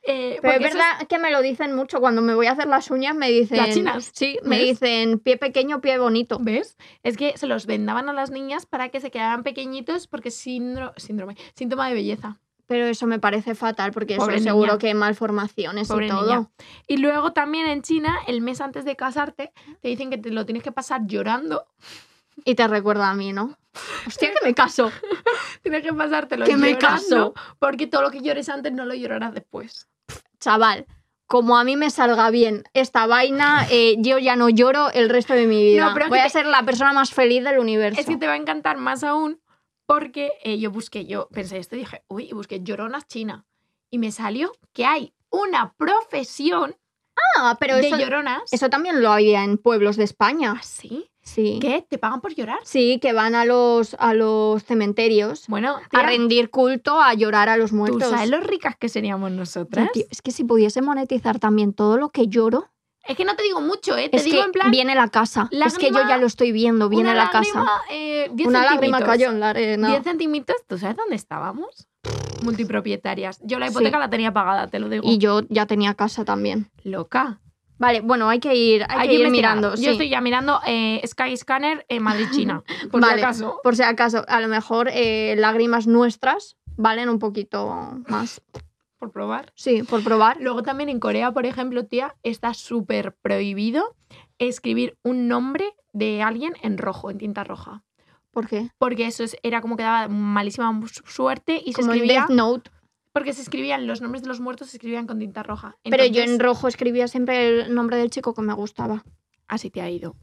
[SPEAKER 2] Eh,
[SPEAKER 5] Pero
[SPEAKER 2] porque
[SPEAKER 5] es
[SPEAKER 2] eso es-
[SPEAKER 5] verdad que me lo dicen mucho. Cuando me voy a hacer las uñas me dicen...
[SPEAKER 2] Las chinas.
[SPEAKER 5] Sí, me
[SPEAKER 2] ¿Ves?
[SPEAKER 5] dicen pie pequeño, pie bonito.
[SPEAKER 2] ¿Ves? Es que se los vendaban a las niñas para que se quedaran pequeñitos porque es síndro- síndrome, síntoma de belleza.
[SPEAKER 5] Pero eso me parece fatal porque
[SPEAKER 2] Pobre
[SPEAKER 5] eso
[SPEAKER 2] niña.
[SPEAKER 5] seguro que malformaciones
[SPEAKER 2] Pobre
[SPEAKER 5] y todo.
[SPEAKER 2] niña. Y luego también en China, el mes antes de casarte, te dicen que te lo tienes que pasar llorando
[SPEAKER 5] Y te recuerda a mí, ¿no? Hostia, que me caso.
[SPEAKER 2] Tienes que pasártelo.
[SPEAKER 5] Que me
[SPEAKER 2] llorando,
[SPEAKER 5] caso.
[SPEAKER 2] Porque todo lo que llores antes no lo llorarás después.
[SPEAKER 5] Chaval, como a mí me salga bien esta vaina, eh, yo ya no lloro el resto de mi vida.
[SPEAKER 2] No, pero es
[SPEAKER 5] Voy
[SPEAKER 2] que
[SPEAKER 5] a
[SPEAKER 2] te-
[SPEAKER 5] ser la persona más feliz del universo.
[SPEAKER 2] Es que te va a encantar más aún porque eh, yo busqué, yo pensé esto y dije, uy, y busqué lloronas china. Y me salió que hay una profesión
[SPEAKER 5] Ah, pero
[SPEAKER 2] de
[SPEAKER 5] eso,
[SPEAKER 2] lloronas. ¿Ah,
[SPEAKER 5] eso también lo había en pueblos de España.
[SPEAKER 2] ¿Sí?
[SPEAKER 5] Sí.
[SPEAKER 2] ¿Qué? ¿Te pagan por llorar?
[SPEAKER 5] Sí, que van a los, a los cementerios
[SPEAKER 2] Bueno,
[SPEAKER 5] a
[SPEAKER 2] tía,
[SPEAKER 5] rendir culto, a llorar a los
[SPEAKER 2] ¿tú
[SPEAKER 5] muertos.
[SPEAKER 2] sabes lo ricas que seríamos nosotras?
[SPEAKER 5] Tío, tío, es que si pudiese monetizar también todo lo que lloro,
[SPEAKER 2] Es que no te digo mucho, ¿eh? Te
[SPEAKER 5] es
[SPEAKER 2] digo
[SPEAKER 5] que
[SPEAKER 2] en plan...
[SPEAKER 5] viene la casa. es que yo
[SPEAKER 2] lágrima-
[SPEAKER 5] ya lo estoy viendo, viene
[SPEAKER 2] una
[SPEAKER 5] la
[SPEAKER 2] lágrima,
[SPEAKER 5] casa.
[SPEAKER 2] eh, diez
[SPEAKER 5] Una lágrima
[SPEAKER 2] centímetros.
[SPEAKER 5] cayó en la arena.
[SPEAKER 2] 10 centímetros, ¿tú sabes dónde estábamos? Multipropietarias. Yo la hipoteca
[SPEAKER 5] Sí.
[SPEAKER 2] la tenía pagada, te lo digo.
[SPEAKER 5] Y yo ya tenía casa también.
[SPEAKER 2] Loca.
[SPEAKER 5] Vale, bueno, hay que ir, hay que ir
[SPEAKER 2] investigar.
[SPEAKER 5] mirando. sí.
[SPEAKER 2] Yo estoy ya mirando eh, Sky Scanner en Madrid, China. Por
[SPEAKER 5] Vale.
[SPEAKER 2] si acaso.
[SPEAKER 5] Por si acaso, a lo mejor eh, lágrimas nuestras valen un poquito más.
[SPEAKER 2] Por probar.
[SPEAKER 5] Sí, por probar.
[SPEAKER 2] Luego también en Corea, por ejemplo, tía, está súper prohibido escribir un nombre de alguien en rojo, en tinta roja.
[SPEAKER 5] ¿Por qué?
[SPEAKER 2] Porque eso es- era como que daba malísima mu- suerte y se
[SPEAKER 5] Como en
[SPEAKER 2] escribía.
[SPEAKER 5] Death Note.
[SPEAKER 2] Porque se escribían, los nombres de los muertos se escribían con tinta roja.
[SPEAKER 5] Pero yo en
[SPEAKER 2] Entonces,
[SPEAKER 5] rojo escribía siempre el nombre del chico que me gustaba.
[SPEAKER 2] Así te ha ido.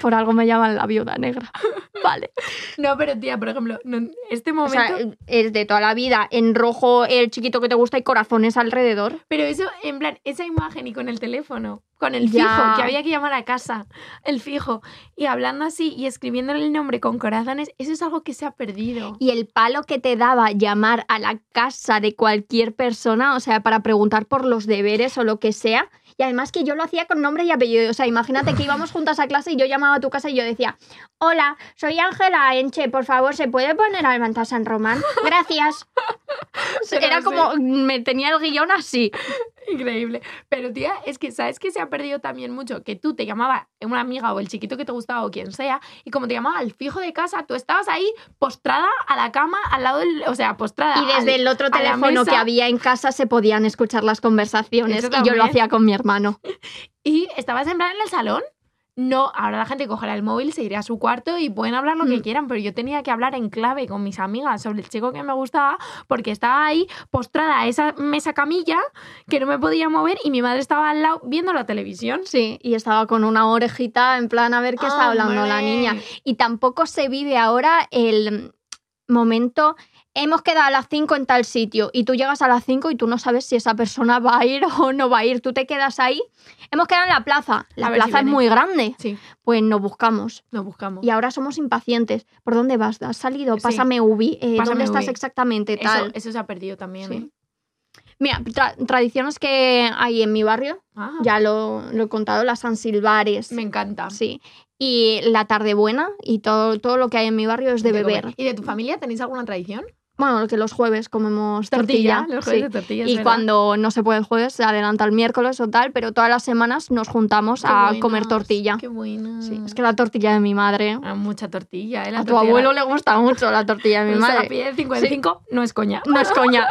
[SPEAKER 5] Por algo me llaman la viuda negra. Vale.
[SPEAKER 2] No, pero tía, por ejemplo, no- este
[SPEAKER 5] O
[SPEAKER 2] momento.
[SPEAKER 5] sea, eh, el de toda la vida. En rojo el chiquito que te gusta y corazones alrededor.
[SPEAKER 2] Pero eso, en plan, esa imagen y con el teléfono, con el
[SPEAKER 5] Ya.
[SPEAKER 2] fijo, que había que llamar a casa, el fijo, y hablando así y escribiéndole el nombre con corazones, eso es algo que se ha perdido.
[SPEAKER 5] Y el palo que te daba llamar a la casa de cualquier persona, o sea, para preguntar por los deberes o lo que sea. Y además que yo lo hacía con nombre y apellido. O sea, imagínate que íbamos juntas a clase y yo llamaba a tu casa y yo decía, hola, soy Ángela Enche, por favor, ¿se puede poner al Manta San Román? Gracias.
[SPEAKER 2] Pero
[SPEAKER 5] Era
[SPEAKER 2] sí.
[SPEAKER 5] como, me tenía el guión así.
[SPEAKER 2] Increíble. Pero tía, es que sabes que se ha perdido también mucho, que tú te llamaba una amiga o el chiquito que te gustaba o quien sea, y como te llamaba al fijo de casa, tú estabas ahí postrada a la cama, al lado del, o sea, postrada.
[SPEAKER 5] Y desde
[SPEAKER 2] al-
[SPEAKER 5] el otro
[SPEAKER 2] a la
[SPEAKER 5] teléfono que
[SPEAKER 2] mesa.
[SPEAKER 5] había en casa se podían escuchar las conversaciones
[SPEAKER 2] Eso
[SPEAKER 5] y yo
[SPEAKER 2] también.
[SPEAKER 5] lo hacía con mi hermano.
[SPEAKER 2] Y estabas en plan en el salón. No, ahora la gente cogerá el móvil, se irá a su cuarto y pueden hablar lo que
[SPEAKER 5] Mm.
[SPEAKER 2] quieran, pero yo tenía que hablar en clave con mis amigas sobre el chico que me gustaba porque estaba ahí postrada a esa mesa camilla que no me podía mover y mi madre estaba al lado viendo la televisión.
[SPEAKER 5] Sí, y estaba con una orejita en plan a ver qué
[SPEAKER 2] Ah,
[SPEAKER 5] está hablando la niña. Y tampoco se vive ahora el momento, hemos quedado a las 5 en tal sitio y tú llegas a las 5 y tú no sabes si esa persona va a ir o no va a ir. Tú te quedas ahí. Hemos quedado en la plaza. La
[SPEAKER 2] A ver si
[SPEAKER 5] plaza es
[SPEAKER 2] viene.
[SPEAKER 5] muy grande.
[SPEAKER 2] Sí,
[SPEAKER 5] Pues nos buscamos.
[SPEAKER 2] nos buscamos.
[SPEAKER 5] Y ahora somos impacientes. ¿Por dónde vas? ¿Has salido?
[SPEAKER 2] Sí.
[SPEAKER 5] Pásame Ubi. Eh,
[SPEAKER 2] Pásame
[SPEAKER 5] ¿Dónde estás
[SPEAKER 2] Ubi.
[SPEAKER 5] exactamente?
[SPEAKER 2] eso,
[SPEAKER 5] Tal.
[SPEAKER 2] eso se ha perdido también.
[SPEAKER 5] Sí.
[SPEAKER 2] ¿eh?
[SPEAKER 5] Mira, tra- tradiciones que hay en mi barrio,
[SPEAKER 2] Ah,
[SPEAKER 5] ya lo, lo he contado, las Sansilvares.
[SPEAKER 2] Me encanta.
[SPEAKER 5] Sí. Y la tarde buena y todo, todo lo que hay en mi barrio es de,
[SPEAKER 2] comer.
[SPEAKER 5] beber.
[SPEAKER 2] ¿Y de tu familia tenéis alguna tradición?
[SPEAKER 5] Bueno, que los jueves comemos tortilla.
[SPEAKER 2] los
[SPEAKER 5] sí.
[SPEAKER 2] jueves de tortilla. es
[SPEAKER 5] Y
[SPEAKER 2] verdad.
[SPEAKER 5] cuando no se puede el jueves, se adelanta el miércoles o tal, pero todas las semanas nos juntamos
[SPEAKER 2] Qué
[SPEAKER 5] a comer
[SPEAKER 2] buenas,
[SPEAKER 5] tortilla.
[SPEAKER 2] Qué bueno.
[SPEAKER 5] Sí, es que la tortilla de mi madre.
[SPEAKER 2] Ah, mucha tortilla, ¿eh? La
[SPEAKER 5] a tu
[SPEAKER 2] tortilla-
[SPEAKER 5] abuelo le gusta mucho la tortilla de mi
[SPEAKER 2] Pero se la
[SPEAKER 5] madre.
[SPEAKER 2] pide de 55, no es coña.
[SPEAKER 5] No es coña.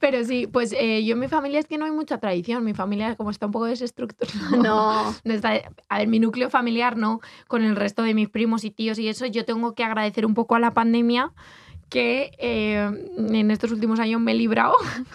[SPEAKER 2] Pero sí, pues eh, yo en mi familia es que no hay mucha tradición. Mi familia como está un poco desestructurada.
[SPEAKER 5] No.
[SPEAKER 2] no está- a ver, mi núcleo familiar no, con el resto de mis primos y tíos y eso, yo tengo que agradecer un poco a la pandemia que eh, en estos últimos años me he librado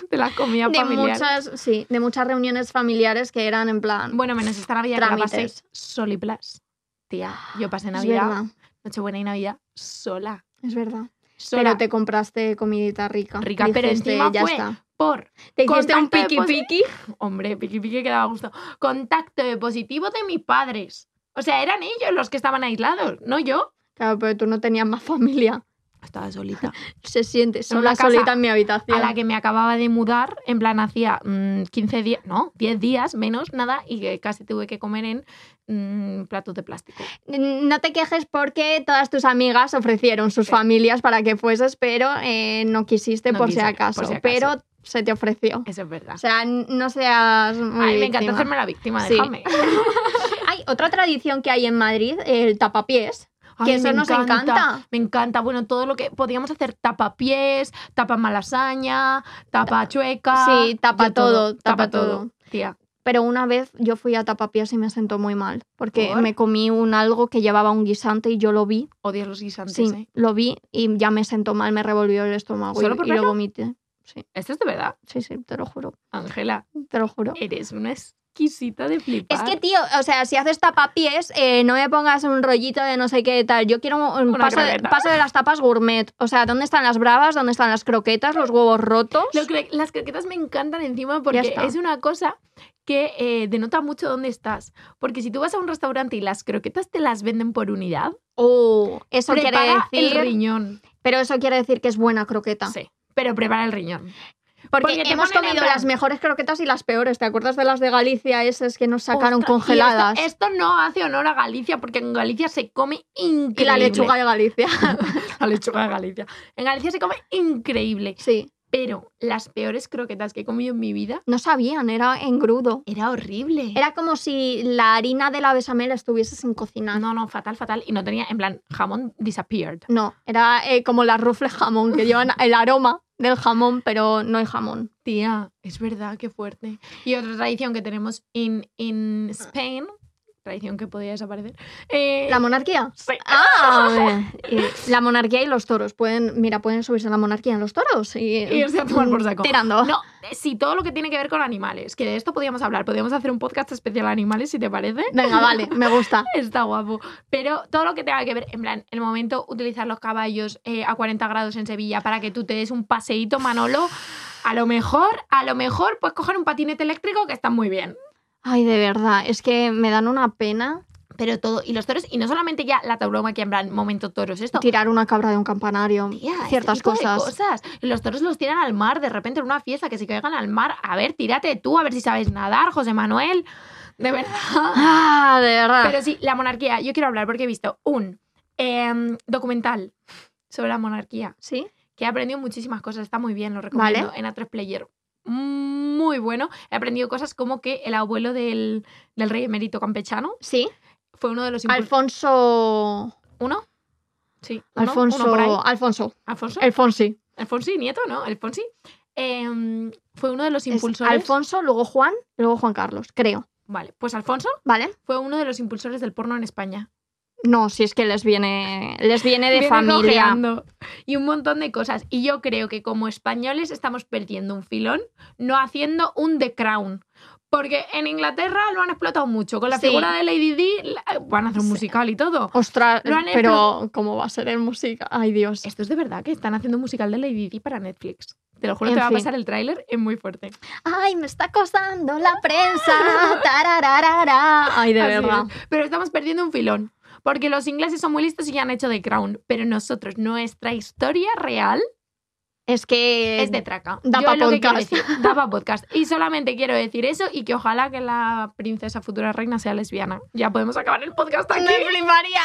[SPEAKER 2] de la comida
[SPEAKER 5] De
[SPEAKER 2] familiar.
[SPEAKER 5] muchas, sí, de muchas reuniones familiares que eran en plan.
[SPEAKER 2] Bueno, menos esta Navidad que la pasé
[SPEAKER 5] Trámites.
[SPEAKER 2] soliplas. Tía, yo pasé
[SPEAKER 5] es
[SPEAKER 2] Navidad,
[SPEAKER 5] verdad,
[SPEAKER 2] Nochebuena y Navidad sola.
[SPEAKER 5] es verdad.
[SPEAKER 2] Sola
[SPEAKER 5] Pero te compraste comidita rica.
[SPEAKER 2] Rica, pero
[SPEAKER 5] Dijiste,
[SPEAKER 2] encima
[SPEAKER 5] ya
[SPEAKER 2] fue
[SPEAKER 5] está.
[SPEAKER 2] por
[SPEAKER 5] Te hiciste un
[SPEAKER 2] contacto de
[SPEAKER 5] piqui
[SPEAKER 2] pos-
[SPEAKER 5] piqui.
[SPEAKER 2] Hombre, piqui piqui que daba gusto. Contacto de positivo de mis padres. O sea, eran ellos los que estaban aislados, no yo.
[SPEAKER 5] Claro, pero tú no tenías más familia.
[SPEAKER 2] Estaba solita.
[SPEAKER 5] Se siente
[SPEAKER 2] una
[SPEAKER 5] sola
[SPEAKER 2] casa
[SPEAKER 5] solita en mi habitación.
[SPEAKER 2] A la que me acababa de mudar, en plan hacía mm, 15 días, no, 10 días menos, nada, y que casi tuve que comer en mm, platos de plástico.
[SPEAKER 5] No te quejes porque todas tus amigas ofrecieron sus
[SPEAKER 2] Sí.
[SPEAKER 5] familias para que fueses, pero eh, no quisiste
[SPEAKER 2] No
[SPEAKER 5] por,
[SPEAKER 2] quise,
[SPEAKER 5] si acaso,
[SPEAKER 2] por si acaso.
[SPEAKER 5] Pero se te ofreció.
[SPEAKER 2] Eso es verdad.
[SPEAKER 5] O sea, n- no seas muy
[SPEAKER 2] Ay, me encanta
[SPEAKER 5] víctima.
[SPEAKER 2] hacerme la víctima,
[SPEAKER 5] Sí.
[SPEAKER 2] déjame.
[SPEAKER 5] Hay otra tradición que hay en Madrid, el tapapiés.
[SPEAKER 2] Ay,
[SPEAKER 5] Que eso
[SPEAKER 2] me
[SPEAKER 5] nos encanta.
[SPEAKER 2] Me encanta. Bueno, todo lo que podíamos hacer tapapiés, tapa malasaña, tapa chueca.
[SPEAKER 5] Sí, tapa
[SPEAKER 2] yo
[SPEAKER 5] todo, tapa todo.
[SPEAKER 2] Tía,
[SPEAKER 5] Pero una vez yo fui a Tapapiés y me sentó muy mal, porque
[SPEAKER 2] ¿Por?
[SPEAKER 5] me comí un algo que llevaba un guisante y yo lo vi.
[SPEAKER 2] Odias los guisantes,
[SPEAKER 5] Sí,
[SPEAKER 2] ¿eh?
[SPEAKER 5] lo vi y ya me sentó mal, me revolvió el estómago y,
[SPEAKER 2] ¿Solo por
[SPEAKER 5] y lo
[SPEAKER 2] verlo?
[SPEAKER 5] vomité.
[SPEAKER 2] Esto es de verdad,
[SPEAKER 5] Sí, sí, te lo juro,
[SPEAKER 2] Ángela.
[SPEAKER 5] te lo juro.
[SPEAKER 2] Eres una exquisita de flipar.
[SPEAKER 5] Eh, Es que, tío, o sea, si haces tapapiés, eh, no me pongas un rollito de no sé qué tal. Yo quiero un un
[SPEAKER 2] Una
[SPEAKER 5] paso de,
[SPEAKER 2] croqueta.
[SPEAKER 5] paso de las tapas gourmet. O sea, ¿dónde están las bravas? ¿Dónde están las croquetas? ¿Los huevos rotos?
[SPEAKER 2] Lo cre- las croquetas me encantan encima porque
[SPEAKER 5] está.
[SPEAKER 2] es una cosa que eh, denota mucho dónde estás. Porque si tú vas a un restaurante y las croquetas te las venden por unidad,
[SPEAKER 5] Oh, eso quiere
[SPEAKER 2] prepara el
[SPEAKER 5] decir...
[SPEAKER 2] riñón.
[SPEAKER 5] Pero eso quiere decir que es buena croqueta.
[SPEAKER 2] Sí, pero prepara el riñón.
[SPEAKER 5] Porque,
[SPEAKER 2] Porque te
[SPEAKER 5] hemos
[SPEAKER 2] ponen en
[SPEAKER 5] comido
[SPEAKER 2] plan-
[SPEAKER 5] las mejores croquetas y las peores. ¿Te acuerdas de las de Galicia esas que nos sacaron
[SPEAKER 2] Ostras, y
[SPEAKER 5] congeladas?
[SPEAKER 2] Esto, esto no hace honor a Galicia porque en Galicia se come increíble.
[SPEAKER 5] Y la lechuga de Galicia.
[SPEAKER 2] la lechuga de Galicia. En Galicia se come increíble.
[SPEAKER 5] sí.
[SPEAKER 2] Pero las peores croquetas que he comido en mi vida
[SPEAKER 5] No sabían, era engrudo.
[SPEAKER 2] era horrible.
[SPEAKER 5] Era como si la harina de la besamela estuviese sin cocinar.
[SPEAKER 2] No, no, fatal, fatal. Y no tenía, en plan, jamón disappeared.
[SPEAKER 5] No, era eh, como las rufles jamón, que llevan el aroma del jamón, pero no hay jamón.
[SPEAKER 2] Tía, es verdad, qué fuerte. Y otra tradición que tenemos en, en Spain, tradición que podría desaparecer. eh,
[SPEAKER 5] ¿La monarquía?
[SPEAKER 2] sí.
[SPEAKER 5] Ah, eh, la monarquía y los toros. Pueden, mira, pueden subirse a la monarquía en los toros y,
[SPEAKER 2] Y irse a tomar por saco.
[SPEAKER 5] Tirando.
[SPEAKER 2] No, eh, sí, todo lo que tiene que ver con animales, que de esto podíamos hablar. Podríamos hacer un podcast especial animales, si te parece.
[SPEAKER 5] Venga, vale, me gusta.
[SPEAKER 2] Está guapo. Pero todo lo que tenga que ver, en plan, el momento utilizar los caballos eh, a 40 grados en Sevilla para que tú te des un paseíto, Manolo, a lo mejor, a lo mejor puedes coger un patinete eléctrico que está muy bien.
[SPEAKER 5] Ay, de verdad, es que me dan una pena
[SPEAKER 2] Pero todo, y los toros, y no solamente ya la tauroma que en plan, momento toros, esto.
[SPEAKER 5] tirar una cabra de un campanario.
[SPEAKER 2] Tía, este
[SPEAKER 5] ciertas
[SPEAKER 2] tipo de
[SPEAKER 5] cosas.
[SPEAKER 2] cosas. Los toros los tiran al mar, de repente en una fiesta que se caigan al mar. A ver, tírate tú, a ver si sabes nadar, José Manuel. De verdad.
[SPEAKER 5] Ah, de verdad.
[SPEAKER 2] Pero sí, la monarquía. Yo quiero hablar porque he visto un em, documental sobre la monarquía
[SPEAKER 5] ¿Sí?
[SPEAKER 2] que he aprendido muchísimas cosas. Está muy bien, lo recomiendo. En A3 Player. Muy bueno. He aprendido cosas como que el abuelo del, del rey emérito campechano
[SPEAKER 5] Sí.
[SPEAKER 2] fue uno de los... impul-
[SPEAKER 5] Alfonso.
[SPEAKER 2] ¿Uno? Sí. uno,
[SPEAKER 5] Alfonso.
[SPEAKER 2] uno por ahí.
[SPEAKER 5] Alfonso.
[SPEAKER 2] Alfonso.
[SPEAKER 5] Alfonsi.
[SPEAKER 2] Alfonsi, nieto, ¿no? Alfonsi. Em, fue uno de los
[SPEAKER 5] Es
[SPEAKER 2] impulsores.
[SPEAKER 5] Alfonso, luego Juan, luego Juan Carlos, creo.
[SPEAKER 2] Vale, pues Alfonso
[SPEAKER 5] ¿Vale?
[SPEAKER 2] fue uno de los impulsores del porno en España.
[SPEAKER 5] No, si es que les viene, les viene de
[SPEAKER 2] Viene
[SPEAKER 5] familia.
[SPEAKER 2] cojeando. Y un montón de cosas. Y yo creo que como españoles estamos perdiendo un filón no haciendo un The Crown. Porque en Inglaterra lo han explotado mucho. Con la
[SPEAKER 5] Sí.
[SPEAKER 2] figura de Lady Di la- eh, van a hacer un
[SPEAKER 5] Sí.
[SPEAKER 2] musical y todo.
[SPEAKER 5] Ostras,
[SPEAKER 2] Lo han
[SPEAKER 5] pero ¿cómo va a ser el música? Ay, Dios.
[SPEAKER 2] Esto es de verdad que están haciendo un musical de Lady Di para Netflix. Te lo juro,
[SPEAKER 5] En
[SPEAKER 2] te va
[SPEAKER 5] fin.
[SPEAKER 2] a pasar el tráiler, es muy fuerte.
[SPEAKER 5] Ay, me está acosando la prensa. Tarararara. Ay, de
[SPEAKER 2] Así
[SPEAKER 5] verdad.
[SPEAKER 2] es. Pero estamos perdiendo un filón. Porque los ingleses son muy listos y ya han hecho The Crown. Pero nosotros, nuestra historia real
[SPEAKER 5] Es, que
[SPEAKER 2] es de traca.
[SPEAKER 5] Eh, da
[SPEAKER 2] Yo
[SPEAKER 5] pa
[SPEAKER 2] es lo que quiero
[SPEAKER 5] podcast.
[SPEAKER 2] decir, Da pa' podcast. Y solamente quiero decir eso y que ojalá que la princesa futura reina sea lesbiana. Ya podemos acabar el podcast aquí.
[SPEAKER 5] me fliparía.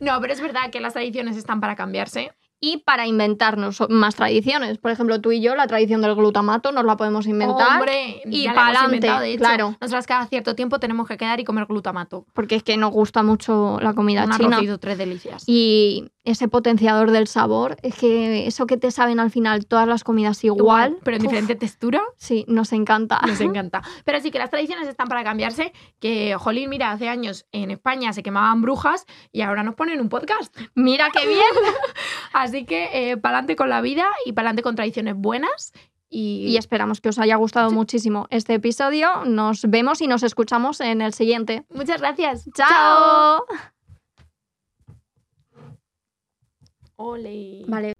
[SPEAKER 2] No, pero es verdad que las tradiciones están para cambiarse.
[SPEAKER 5] Y para inventarnos más tradiciones. Por ejemplo, tú y yo, la tradición del glutamato nos la podemos inventar.
[SPEAKER 2] Hombre,
[SPEAKER 5] y
[SPEAKER 2] ya la hemos
[SPEAKER 5] pa'lante,
[SPEAKER 2] inventado, de hecho.
[SPEAKER 5] claro.
[SPEAKER 2] Nosotras cada cierto tiempo tenemos que quedar y comer glutamato.
[SPEAKER 5] Porque es que nos gusta mucho la comida
[SPEAKER 2] Un
[SPEAKER 5] china.
[SPEAKER 2] arrocito, tres delicias.
[SPEAKER 5] Y ese potenciador del sabor, es que eso que te saben al final todas las comidas igual.
[SPEAKER 2] Igual, pero en
[SPEAKER 5] uf,
[SPEAKER 2] diferente textura.
[SPEAKER 5] Sí, nos encanta.
[SPEAKER 2] Nos encanta. Pero sí que las tradiciones están para cambiarse. Que, jolín, mira, hace años en España se quemaban brujas y ahora nos ponen un podcast.
[SPEAKER 5] Mira qué bien.
[SPEAKER 2] Así que eh, pa'lante con la vida y pa'lante con tradiciones buenas. Y,
[SPEAKER 5] Y esperamos que os haya gustado
[SPEAKER 2] Sí.
[SPEAKER 5] muchísimo este episodio. Nos vemos y nos escuchamos en el siguiente.
[SPEAKER 2] muchas gracias.
[SPEAKER 5] ¡Chao!
[SPEAKER 2] Ole.
[SPEAKER 5] Vale.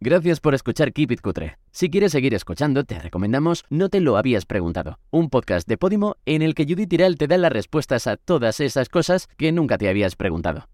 [SPEAKER 1] Gracias por escuchar Keep It Cutre. Si quieres seguir escuchando, te recomendamos No te lo habías preguntado, un podcast de Podimo en el que Judith Tiral te da las respuestas a todas esas cosas que nunca te habías preguntado.